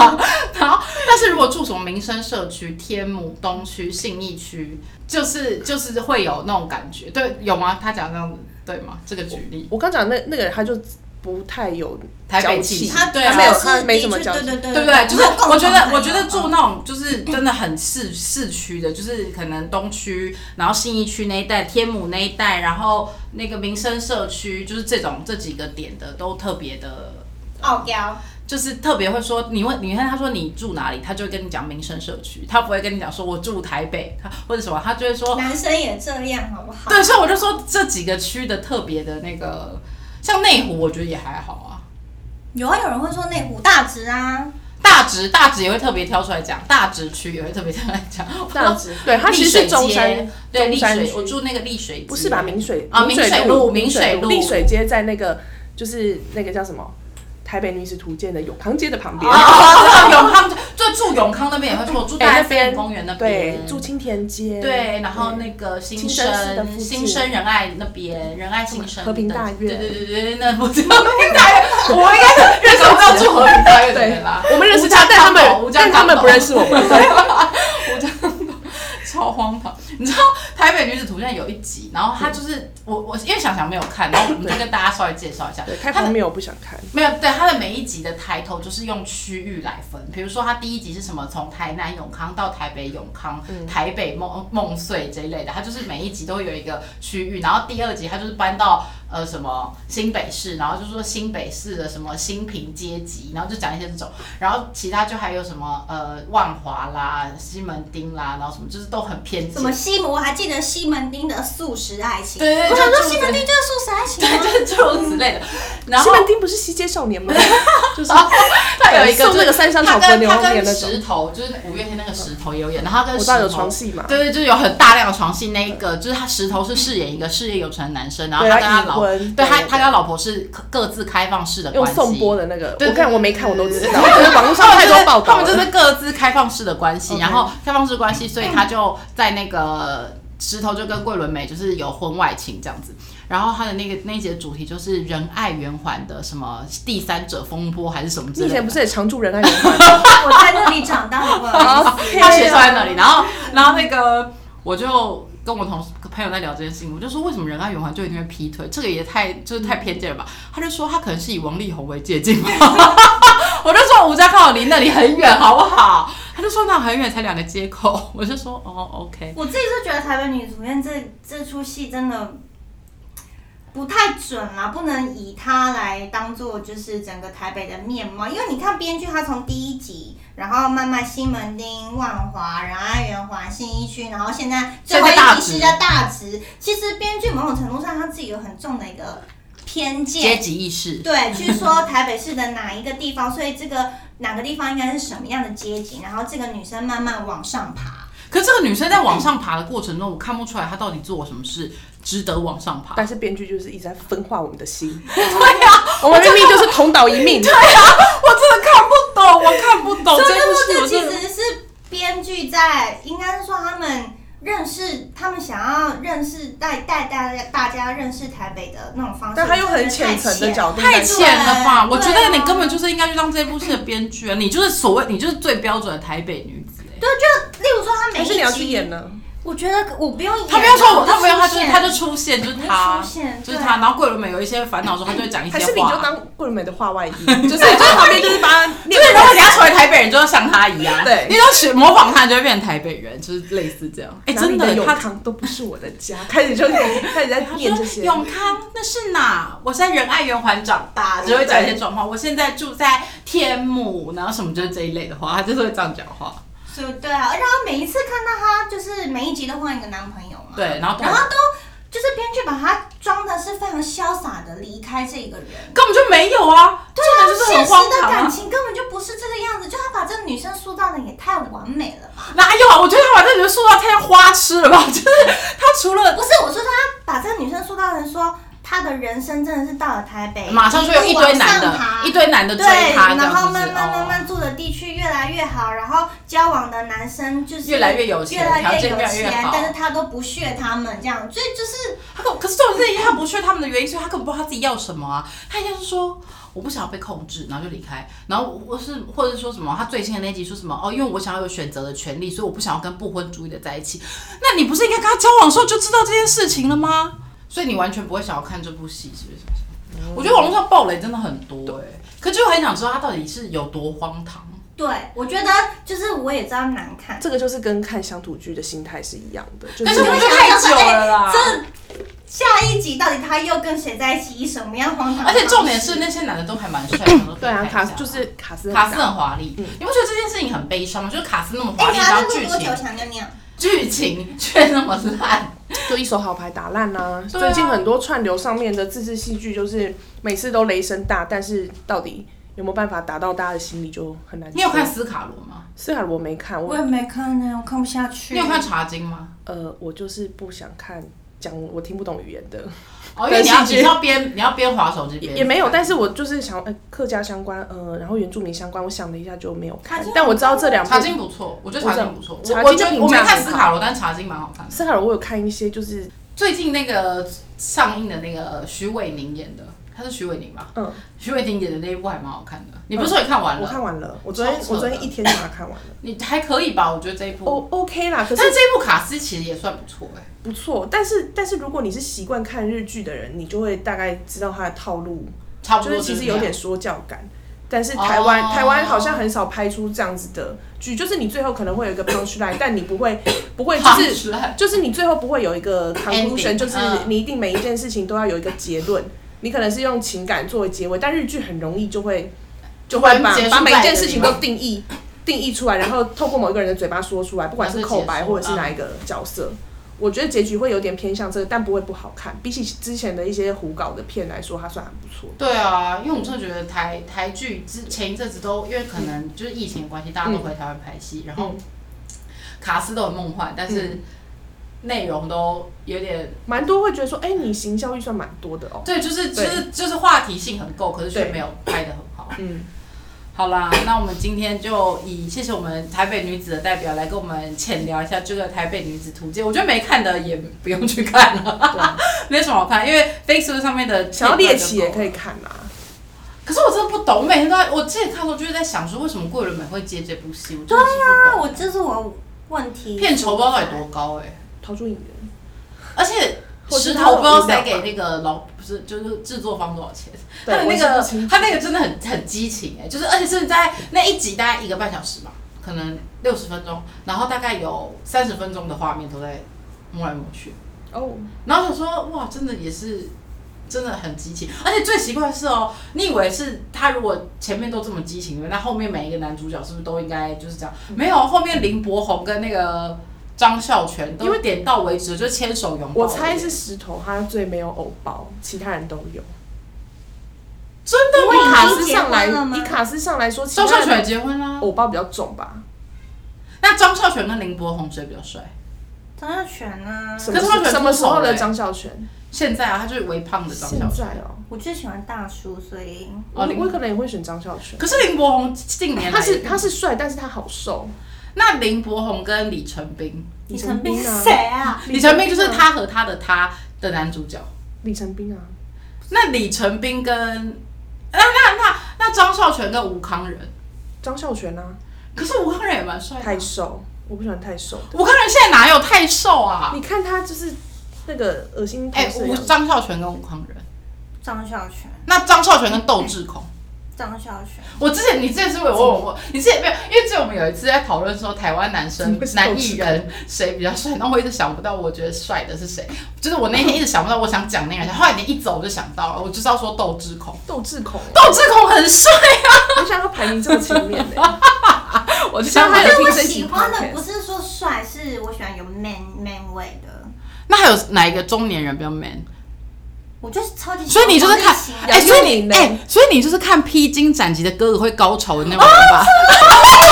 Speaker 1: 然后，但是如果住什么民生社区、天母东区、信义区，就是就是会有那种感觉，对，有吗？他讲这样子对吗？这个举例，
Speaker 2: 我刚讲那那个人他就不太有
Speaker 1: 台北
Speaker 2: 气
Speaker 1: 气
Speaker 3: 他
Speaker 1: 对啊
Speaker 3: 他
Speaker 1: 没
Speaker 2: 有
Speaker 3: 是
Speaker 2: 他没什么
Speaker 3: 的确
Speaker 2: 交
Speaker 3: 对
Speaker 2: 集
Speaker 3: 对对
Speaker 1: 对不对？就是
Speaker 3: 呃没有共
Speaker 1: 我觉
Speaker 3: 同
Speaker 1: 得，
Speaker 3: 朋
Speaker 1: 我
Speaker 3: 友
Speaker 1: 觉得
Speaker 3: 嗯
Speaker 1: 住那种就是真的很市市区的，就是可能东区，然后信义区那一带、天母那一带，然后那个民生社区，就是这种这几个点的都特别的，
Speaker 3: 傲娇，
Speaker 1: 就是特别会说，你问你看他说你住哪里，他就会跟你讲民生社区，他不会跟你讲说我住台北，他或者什么，他就会 说
Speaker 3: 男生也这样，好不好？
Speaker 1: 对，所以我就说这几个区的特别的那个，像内湖，我觉得也还好啊。
Speaker 3: 有啊，有人会说内湖大直啊，
Speaker 1: 大直大直也会特别挑出来讲，大直区也会特别挑出来讲。
Speaker 2: 大直，对，它其实是
Speaker 1: 丽
Speaker 2: 中
Speaker 1: 水
Speaker 2: 山
Speaker 1: 街，对
Speaker 2: 中
Speaker 1: 丽
Speaker 2: 山
Speaker 1: 水，
Speaker 2: 区
Speaker 1: 我住那个丽水街，
Speaker 2: 不是吧？明水
Speaker 1: 啊
Speaker 2: 明水
Speaker 1: 明水路
Speaker 2: 明水
Speaker 1: 明水路
Speaker 2: 丽水街在那个就是那个叫什么台北女子图鉴的永康街的旁边
Speaker 1: 哦，，哦，永康就住永康那边也会说，我住
Speaker 2: 哎
Speaker 1: 大
Speaker 2: 那
Speaker 1: 安森林
Speaker 2: 边
Speaker 1: 公园那边
Speaker 2: 对，，住青田街，
Speaker 1: 对，然后
Speaker 2: 对
Speaker 1: 那个新
Speaker 2: 新生市的附
Speaker 1: 生
Speaker 2: 近
Speaker 1: 新生仁爱那边，仁爱新生
Speaker 2: 和平大院
Speaker 1: 对对对对对，那不是和平大院，我应该是认识我要住和平大院的人啦。
Speaker 2: 我们认识
Speaker 1: 吴家
Speaker 2: 他，但他
Speaker 1: 康
Speaker 2: 们
Speaker 1: 宝吴家
Speaker 2: 但他们
Speaker 1: 康
Speaker 2: 不
Speaker 1: 宝
Speaker 2: 认识我们。
Speaker 1: 超荒唐。你知道《台北女子图鉴》有一集，然后她就是我我因为想想没有看，然后我们就跟大家稍微介绍一下
Speaker 2: 对，太
Speaker 1: 她
Speaker 2: 荒
Speaker 1: 的。
Speaker 2: 谬，我不想看。
Speaker 1: 没有，对它的每一集的抬头就是用区域来分，比如说它第一集是什么，从台南永康到台北永康、台北梦梦碎这一类的，它就是每一集都有一个区域，然后第二集它就是搬到呃什么新北市，然后就说新北市的什么新平阶级，然后就讲一些这种，然后其他就还有什么呃万华啦、西门町啦，然后什么就是都很偏激
Speaker 3: 什么西门？我还记得西门町的素食爱情。
Speaker 1: 对对对
Speaker 3: 我想说
Speaker 1: 就
Speaker 3: 西门町就是素食爱情啊
Speaker 1: 对，
Speaker 3: 吗？
Speaker 1: 就是诸如此类的。然
Speaker 2: 西
Speaker 1: 后哦
Speaker 2: 门町不是西街少 年吗？就是
Speaker 1: 他有一个
Speaker 2: 送那个三香
Speaker 1: 他
Speaker 2: 炒
Speaker 1: 跟
Speaker 2: 锅牛
Speaker 1: 他
Speaker 2: 肉面
Speaker 1: 跟
Speaker 2: 那种嗯
Speaker 1: 石头，就是五月天那个石头也有演，然后他跟
Speaker 2: 我
Speaker 1: 石
Speaker 2: 知道
Speaker 1: 头
Speaker 2: 有床戏嘛，
Speaker 1: 对对，就是有很大量的床戏。那一个就是他石头是饰演一个事业有成的男生，然后
Speaker 2: 对
Speaker 1: 他
Speaker 2: 他
Speaker 1: 跟他
Speaker 2: 已
Speaker 1: 老，
Speaker 2: 婚
Speaker 1: 对
Speaker 2: 对
Speaker 1: 他
Speaker 2: 对
Speaker 1: 他跟他老婆是各各自开放式的
Speaker 2: 用
Speaker 1: 关系，
Speaker 2: 送播的那个，
Speaker 1: 对
Speaker 2: 我
Speaker 1: 对
Speaker 2: 看
Speaker 1: 对
Speaker 2: 我没看我都知道，
Speaker 1: 对
Speaker 2: 就是网络上太多报
Speaker 1: 他
Speaker 2: 道
Speaker 1: 们就是
Speaker 2: 了。
Speaker 1: 各自开放式的关系，
Speaker 2: OK 嗯
Speaker 1: 然后开放式关系，所以他就在那个石头就跟桂纶镁就是有婚外情这样子。然后他的那个那一节主题就是仁爱圆环的什么第三者风波还是什么之类
Speaker 2: 你以
Speaker 1: 的
Speaker 2: 前不。是也常住 仁爱园吗？
Speaker 3: 我在那里长大，我有意思
Speaker 1: 他写出
Speaker 3: 哦
Speaker 1: 来那里，然后然后那个我就跟我同事朋友在聊这件事情，我就说为什么仁爱圆环就一定会劈腿，这个也太就是太偏见了吧？他就说他可能是以王力宏为借鉴吧。 我就说吴家靠离那里很远，好不好？他就说那很远才两个街口， 我就说哦，OK，
Speaker 3: 我自己是觉得《台北女主院这》这出戏真的不太准啦，不能以它来当做就是整个台北的面貌，因为你看编剧他从第一集，然后慢慢西门町、万华、仁爱圆环、信义区，然后现在最后一集是在大直，其实编剧某种程度上他自己有很重的一个偏见，
Speaker 1: 阶级意识。
Speaker 3: 对，去说台北市的哪一个地方，所以这个哪个地方应该是什么样的阶级，然后这个女生慢慢往上爬。
Speaker 1: 可是这个女生在往上爬的过程中，我看不出来她到底做了什么事值得往上爬。
Speaker 2: 但是编剧就是一直在分化我们的心。对啊呀，我们明明就是同岛一 命。
Speaker 1: 我真的看不懂，我看不懂
Speaker 3: 所以
Speaker 1: 这部戏，
Speaker 3: 这
Speaker 1: 我
Speaker 3: 其
Speaker 1: 真的
Speaker 3: 实是编剧在，应该是说他们认识，他们想要认识带带大家大家认识台北的那种方式，
Speaker 2: 但他用很浅
Speaker 3: 浅
Speaker 2: 层的角度
Speaker 1: 太
Speaker 2: 来
Speaker 1: 浅了吧！
Speaker 3: 对
Speaker 1: 我觉
Speaker 3: 对啊
Speaker 1: 得你根本就是应该去当这部戏的编剧啊！你就是所谓，你就是最标准的台北女子、欸。
Speaker 3: 对，就例如说他每
Speaker 2: 还
Speaker 3: 一
Speaker 2: 是
Speaker 3: 集，
Speaker 2: 你要去演呢？
Speaker 3: 我觉得我不用演，
Speaker 1: 他不要说我，他不要，他
Speaker 3: 出
Speaker 1: 就是
Speaker 3: 现
Speaker 1: 啊他就出现，啊就是他
Speaker 3: 我就出现，
Speaker 1: 就是
Speaker 3: 对
Speaker 1: 他。然后桂纶镁有一些烦恼的时候，他就会讲一些
Speaker 2: 还
Speaker 1: 话。
Speaker 2: 是你就当 桂纶镁的话 外音，就是你在旁边就是把它
Speaker 1: 就
Speaker 2: 念
Speaker 1: 是如果你要成为台北人，就要像他一样，
Speaker 2: 对
Speaker 1: 你都学模仿他，你就会变成台北人，就是类似这样。哎、
Speaker 2: 哪里
Speaker 1: 真
Speaker 2: 的永
Speaker 1: 他
Speaker 2: 康都不是我的家，开始就开始在
Speaker 1: 哎他
Speaker 2: 念这
Speaker 1: 说
Speaker 2: 些。
Speaker 1: 永康那是哪？我在仁爱圆环长大，
Speaker 3: 啊
Speaker 1: 就会讲一些状况。我现在住在天母，然后什么就是这一类的话，他就是会这样讲话。
Speaker 3: 所以对啊，而且他每一次看到他，就是每一集都换一个男朋友嘛。
Speaker 1: 对然后突然
Speaker 3: 然后都就是编剧把他装的是非常潇洒的离开这个人。
Speaker 1: 根本就没有啊，
Speaker 3: 对
Speaker 1: 这
Speaker 3: 啊
Speaker 1: 个就，是
Speaker 3: 现
Speaker 1: 很
Speaker 3: 实
Speaker 1: 荒
Speaker 3: 的
Speaker 1: 唐、
Speaker 3: 感
Speaker 1: 啊。
Speaker 3: 情根本就不是这个样子，就他把这个女生塑造的也太完美了吧？
Speaker 1: 哪有啊？我觉得他把这女的塑造太像花痴了吧？ 就是他除了
Speaker 3: 不是，我说他把这个女生塑造成说，他的人生真的是到了台北，
Speaker 1: 马上就有一堆男
Speaker 3: 路
Speaker 1: 的
Speaker 3: 往上爬，
Speaker 1: 一堆男的追
Speaker 3: 对，
Speaker 1: 他，这
Speaker 3: 然
Speaker 1: 样
Speaker 3: 后
Speaker 1: 子
Speaker 3: 慢慢慢
Speaker 1: 哦。
Speaker 3: 慢住的地区越来越好，然后交往的男生就是
Speaker 1: 越来越有钱
Speaker 3: 越来
Speaker 1: 条件
Speaker 3: 越有
Speaker 1: 越来越
Speaker 3: 钱
Speaker 1: 好，
Speaker 3: 但是他都不屑他们这样，所以就是
Speaker 1: 他可可是重点是因为他不确他们的原因，所以他根本不知道他自己要什么啊。他应该是说我不想要被控制，然后就离开。然后我是或者说什么，他最新的那一集说什么哦，因为我想要有选择的权利，所以我不想要跟不婚主义的在一起。那你不是应该跟他交往的时候就知道这件事情了吗？所以你完全不会想要看这部戏，是不是？我觉得网络上暴雷真的很多哎、可就很想知道他到底是有多荒唐。
Speaker 3: 对我觉得就是我也知道难看，
Speaker 2: 这个就是跟看乡土剧的心态是一样的，就
Speaker 1: 但
Speaker 2: 是
Speaker 1: 是我
Speaker 3: 会
Speaker 1: 觉得太久了啦
Speaker 3: 这下一集到底他又跟谁在一起？以什么样荒唐？
Speaker 1: 而且重点是，那些男的都还蛮帅的，都可以
Speaker 2: 对啊，
Speaker 1: 看一
Speaker 2: 卡
Speaker 1: 下
Speaker 2: 就是卡斯
Speaker 1: 卡斯很华丽，
Speaker 2: 嗯
Speaker 1: 你不觉得这件事情很悲伤吗？就是卡斯那么华
Speaker 3: 哎，
Speaker 2: 啊
Speaker 1: 丽，
Speaker 3: 你
Speaker 1: 然
Speaker 3: 还
Speaker 1: 后
Speaker 3: 录
Speaker 1: 剧
Speaker 3: 多久
Speaker 1: 情
Speaker 3: 想尿尿？
Speaker 1: 剧情却那么烂，
Speaker 2: 就一手好牌打烂啊！
Speaker 1: 对啊
Speaker 2: 最近很多串流上面的自制戏剧，就是每次都雷声大，但是到底有没有办法达到大家的心里就很难说。
Speaker 1: 你有看斯卡罗吗？
Speaker 2: 斯卡罗我没看，我
Speaker 3: 我也没看呢，我看不下去。
Speaker 1: 你有看《茶经》吗？
Speaker 2: 呃，我就是不想看讲我听不懂语言的，
Speaker 1: 哦，因为你要
Speaker 2: 但是
Speaker 1: 你要边你要边划手机边
Speaker 2: 也没有。但是我就是想，呃，客家相关，呃，然后原住民相关，我想了一下就没有看
Speaker 3: 茶。经
Speaker 2: 但我知道这两部
Speaker 1: 茶经不错，我觉得茶经不错。
Speaker 2: 茶
Speaker 1: 我
Speaker 2: 经
Speaker 1: 我觉
Speaker 2: 就
Speaker 1: 得
Speaker 2: 评
Speaker 1: 我没
Speaker 2: 价
Speaker 1: 看
Speaker 2: 很
Speaker 1: 斯
Speaker 2: 好
Speaker 1: 卡罗，但茶经蛮好看的。
Speaker 2: 斯卡罗我有看一些，就是
Speaker 1: 最近那个上映的那个徐伟宁演的，他是徐伟宁吧？
Speaker 2: 嗯，
Speaker 1: 徐伟宁演的那一部还蛮好看的。你不是说你看完
Speaker 2: 我
Speaker 1: 了？
Speaker 2: 看完了，我昨天
Speaker 1: 超扯
Speaker 2: 我
Speaker 1: 的
Speaker 2: 昨天一天就把它看完了。
Speaker 1: 你还可以吧？我觉得这一部，
Speaker 2: O OK 啦，哦可
Speaker 1: 但
Speaker 2: 是
Speaker 1: 是这一部卡斯其实也算不错哎、
Speaker 2: 不错。但是但是如果你是习惯看日剧的人，你就会大概知道它的套路，
Speaker 1: 差不
Speaker 2: 就
Speaker 1: 多
Speaker 2: 是其实
Speaker 1: 这样
Speaker 2: 有点说教感。但是台湾、
Speaker 1: 哦
Speaker 2: 台湾好像很少拍出这样子的剧，就是你最后可能会有一个 punch line，但你不会不会就
Speaker 1: 胖
Speaker 2: 是
Speaker 1: 起来
Speaker 2: 就是你最后不会有一个 conclusion，
Speaker 1: Ending，
Speaker 2: 就是
Speaker 1: 嗯
Speaker 2: 你一定每一件事情都要有一个结论。你可能是用情感作为结尾，但日剧很容易就会就会把
Speaker 1: 突然结束
Speaker 2: 把每
Speaker 1: 在一
Speaker 2: 一
Speaker 1: 个
Speaker 2: 件事情
Speaker 1: 地
Speaker 2: 都
Speaker 1: 方
Speaker 2: 定义定义出来，然后透过某一个人的嘴巴说出来，不管是
Speaker 1: 然后就
Speaker 2: 口白
Speaker 1: 结束
Speaker 2: 或者是哪一个角
Speaker 1: 嗯
Speaker 2: 色。我觉得结局会有点偏向这个，但不会不好看。比起之前的一些胡搞的片来说，它算很不错。
Speaker 1: 对啊，因为我们真的觉得台台剧之前一阵子都因为可能就是疫情的关系，大家都回台湾拍戏，然
Speaker 2: 嗯
Speaker 1: 后卡斯都很梦幻，但是内容都有点
Speaker 2: 蛮多会觉得说，哎、你行销预算蛮多的哦。
Speaker 1: 对，就是就
Speaker 2: 对
Speaker 1: 是就是话题性很够，可是却
Speaker 2: 对
Speaker 1: 没有拍的很好。
Speaker 2: 嗯，
Speaker 1: 好啦，那我们今天就以谢谢我们台北女子的代表来跟我们浅聊一下这个《台北女子图鉴》，我觉得没看的也不用去看
Speaker 2: 对
Speaker 1: 了
Speaker 2: 啊，
Speaker 1: 没什么好看，因为 Facebook 上面的
Speaker 2: 想要猎奇也
Speaker 1: 也
Speaker 2: 可
Speaker 1: 以。
Speaker 2: 以看啊啦、
Speaker 1: 可是我真的不懂，我每天都在我之前看的时候就是在想说，为什么桂纶镁会接这部戏？我真的是
Speaker 3: 那
Speaker 2: 啊
Speaker 1: 不懂。
Speaker 3: 我这是我问题。
Speaker 1: 片酬不知道到底多高哎、
Speaker 2: 逃出影人，
Speaker 1: 而且
Speaker 2: 或者
Speaker 1: 石
Speaker 2: 是
Speaker 1: 头不知
Speaker 2: 他
Speaker 1: 道
Speaker 2: 的舞蹈
Speaker 1: 塞
Speaker 2: 吧
Speaker 1: 给那个老不是就是制作方多少钱。
Speaker 2: 对
Speaker 1: 他的那
Speaker 2: 我也是
Speaker 1: 个
Speaker 2: 不清楚
Speaker 1: 他那个真的很很激情哎、就是而且是在那一集大概一个半小时吧，可能六十分钟，然后大概有三十分钟的画面都在摸来摸去，
Speaker 2: 哦，
Speaker 1: 然后想说哇，真的也是。真的很激情，而且最奇怪的是哦，你以为是他如果前面都这么激情，那后面每一个男主角是不是都应该就是这样？没有，后面林柏宏跟那个张孝全都因为点到为止，就牵手拥抱。
Speaker 2: 我猜是石头他最没有偶包，其他人都有。
Speaker 1: 真的
Speaker 2: 因
Speaker 1: 吗？
Speaker 2: 为以卡斯上来，
Speaker 3: 已经结婚了吗
Speaker 2: 以卡斯上来说，其
Speaker 1: 张
Speaker 2: 他
Speaker 1: 孝
Speaker 2: 人
Speaker 1: 全也结婚啦、
Speaker 2: 偶包比较重吧？
Speaker 1: 那张孝全跟林柏宏谁比较帅？
Speaker 3: 张耀全呢？
Speaker 2: 什么
Speaker 1: 可是他们
Speaker 2: 时什么时候
Speaker 1: 很丑
Speaker 2: 的
Speaker 1: 欸
Speaker 2: 张孝全？
Speaker 1: 现在啊，他就是微胖的张
Speaker 2: 现
Speaker 1: 小泉。
Speaker 2: 在哦，
Speaker 3: 我最喜欢大叔，所以
Speaker 2: 我
Speaker 1: 哦林
Speaker 2: 我可能也会选张孝全。
Speaker 1: 可是林柏宏近年来
Speaker 2: 他是
Speaker 1: 也
Speaker 2: 他是帅，但是他好瘦。
Speaker 1: 那林柏宏跟李成斌，
Speaker 3: 李成斌
Speaker 2: 啊
Speaker 3: 是？谁啊？
Speaker 1: 李成斌
Speaker 2: 嗯
Speaker 1: 就是他和他的他的男主角。
Speaker 2: 李成斌啊，
Speaker 1: 那李成斌跟那那那那张孝全跟吴康仁，
Speaker 2: 张孝全啊，
Speaker 1: 可是吴康仁也蛮帅的
Speaker 2: 太
Speaker 1: 啊。
Speaker 2: 瘦，我不喜欢太瘦。
Speaker 1: 吴康仁现在哪有太瘦啊？
Speaker 2: 你看他就是那个恶心头
Speaker 1: 哎、
Speaker 2: 色的
Speaker 1: 吴
Speaker 2: 样子。
Speaker 1: 张孝全跟吴康仁，
Speaker 3: 张孝全，
Speaker 1: 那张孝全跟窦智孔。
Speaker 3: 张孝全，
Speaker 1: 我之前你之前是不是有问我过，你之前没有，因为之前我们有一次在讨论说台湾男生
Speaker 2: 不是
Speaker 1: 男艺人谁比较帅，然后我一直想不到我觉得帅的是谁，就是我那天一直想不到我想讲那个人，后来你一走我就想到了，我就是要说窦智孔，
Speaker 2: 窦智孔，
Speaker 1: 窦智孔很帅啊，
Speaker 2: 没想到排名这么前面欸呢。
Speaker 1: 我就
Speaker 2: 想
Speaker 1: 想
Speaker 2: 他
Speaker 1: 他
Speaker 2: 有
Speaker 1: 有，
Speaker 2: 听
Speaker 3: 我
Speaker 2: 这集
Speaker 3: 喜欢的
Speaker 2: podcast
Speaker 3: 不是说帅，是我喜欢有 man man 味的。
Speaker 1: 那还有哪一个中年人比较 man？
Speaker 3: 我就是超级喜
Speaker 1: 所
Speaker 3: 欢
Speaker 1: 以你就是看
Speaker 3: 黄立行，的，
Speaker 1: 哎、所以
Speaker 2: 杨佑宁
Speaker 1: 你
Speaker 2: 呢
Speaker 1: 哎、所以你就是看披荆斩棘的哥哥会高潮的那种人 吧？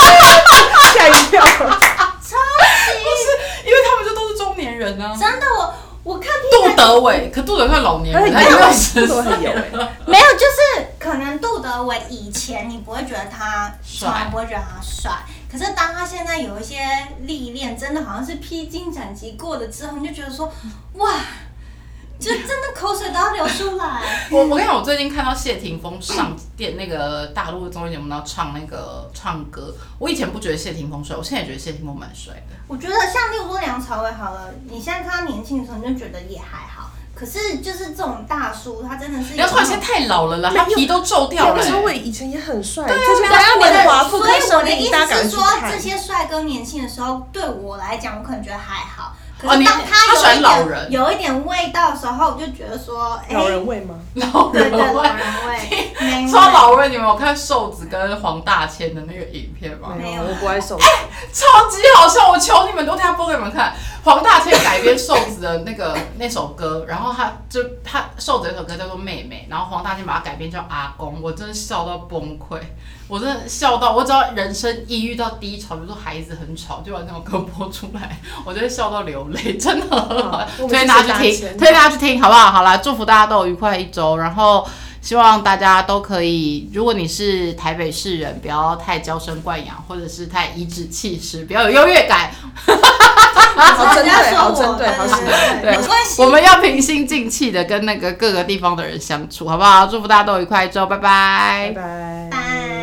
Speaker 2: 吓一 跳。
Speaker 3: 超级
Speaker 1: 因为他们就都是中年人啊。
Speaker 3: 真的我我看片
Speaker 1: 杜德伟，可杜德伟算老年
Speaker 2: 而
Speaker 1: 人，
Speaker 2: 且
Speaker 1: 他
Speaker 2: 他
Speaker 1: 哎有
Speaker 2: 有
Speaker 1: 60
Speaker 2: 都很
Speaker 1: 岁
Speaker 2: 有哎、
Speaker 3: 没有，就是可能杜德伟以前你不会觉得他帅，
Speaker 1: 帅
Speaker 3: 不会觉得他帅，可是当他现在有一些历练，真的好像是披荆斩棘过了之后，你就觉得说，哇，就真的口水都要流出来。
Speaker 1: 我我跟你讲，我最近看到谢霆锋上电那个大陆的综艺节目，然后唱那个唱歌。我以前不觉得谢霆锋帅，我现在也觉得谢霆锋蛮帅的。
Speaker 3: 我觉得像例如说梁朝伟好了，你现在看他年轻的时候，你就觉得也还好，可是就是这种大叔，他真的是有
Speaker 1: 梁朝伟现在太老了啦，
Speaker 2: 没有
Speaker 1: 他皮都皱掉
Speaker 2: 梁
Speaker 1: 了、
Speaker 2: 朝
Speaker 1: 欸。
Speaker 2: 伟以前也很帅，
Speaker 1: 啊
Speaker 2: 就是
Speaker 1: 梁朝
Speaker 2: 他
Speaker 1: 伟
Speaker 2: 年华富
Speaker 3: 所
Speaker 2: 科
Speaker 3: 以我
Speaker 2: 少
Speaker 3: 的
Speaker 2: 年，
Speaker 3: 意
Speaker 2: 大家
Speaker 3: 思
Speaker 2: 赶
Speaker 3: 是
Speaker 2: 去
Speaker 3: 说，
Speaker 2: 看
Speaker 3: 这。些帅哥年轻的时候，对我来讲，我可能觉得还好。可
Speaker 1: 哦
Speaker 3: 是
Speaker 1: 你
Speaker 3: 当
Speaker 1: 他喜
Speaker 3: 有一
Speaker 1: 欢
Speaker 3: 点、
Speaker 1: 老人
Speaker 3: 有一点味道的时候，我就觉得说，哎、
Speaker 2: 老人味吗？
Speaker 1: 老
Speaker 3: 对
Speaker 1: 人
Speaker 3: 对，老
Speaker 1: 味。
Speaker 3: 人 味，没
Speaker 1: 说到
Speaker 3: 味
Speaker 1: 老人，你们有看瘦子跟黄大千的那个影片吗？
Speaker 3: 没有
Speaker 2: 我不爱瘦。
Speaker 1: 超级好笑！我求你们，都等一下播给你们看。黄大千改编瘦子的那个 那首歌，然后他就他瘦子有一首歌叫做《妹妹》，然后黄大千把它改编叫《阿公》，我真的笑到崩溃，我真的笑到我只要人生一遇到低潮，比如说孩子很吵，就把那首歌播出来，我就会笑到流泪，真的很好笑。
Speaker 2: 我们
Speaker 1: 推
Speaker 2: 谢谢
Speaker 1: 大家
Speaker 2: 大
Speaker 1: 去听，
Speaker 2: 千
Speaker 1: 推大家去听，好不好？好啦，祝福大家都有愉快一周，然后。希望大家都可以，如果你是台北市人，不要太娇生惯养，或者是太颐指气使，不要有优越感。
Speaker 2: 好针
Speaker 3: 人家
Speaker 2: 对，
Speaker 3: 说
Speaker 2: 哦好
Speaker 3: 我
Speaker 2: 针对，好针对。
Speaker 3: 对，没关系
Speaker 1: 我。们要平心静气的跟那个各个地方的人相处，好不好？祝福大家都有愉快一周，拜拜
Speaker 2: 拜拜。
Speaker 3: 拜。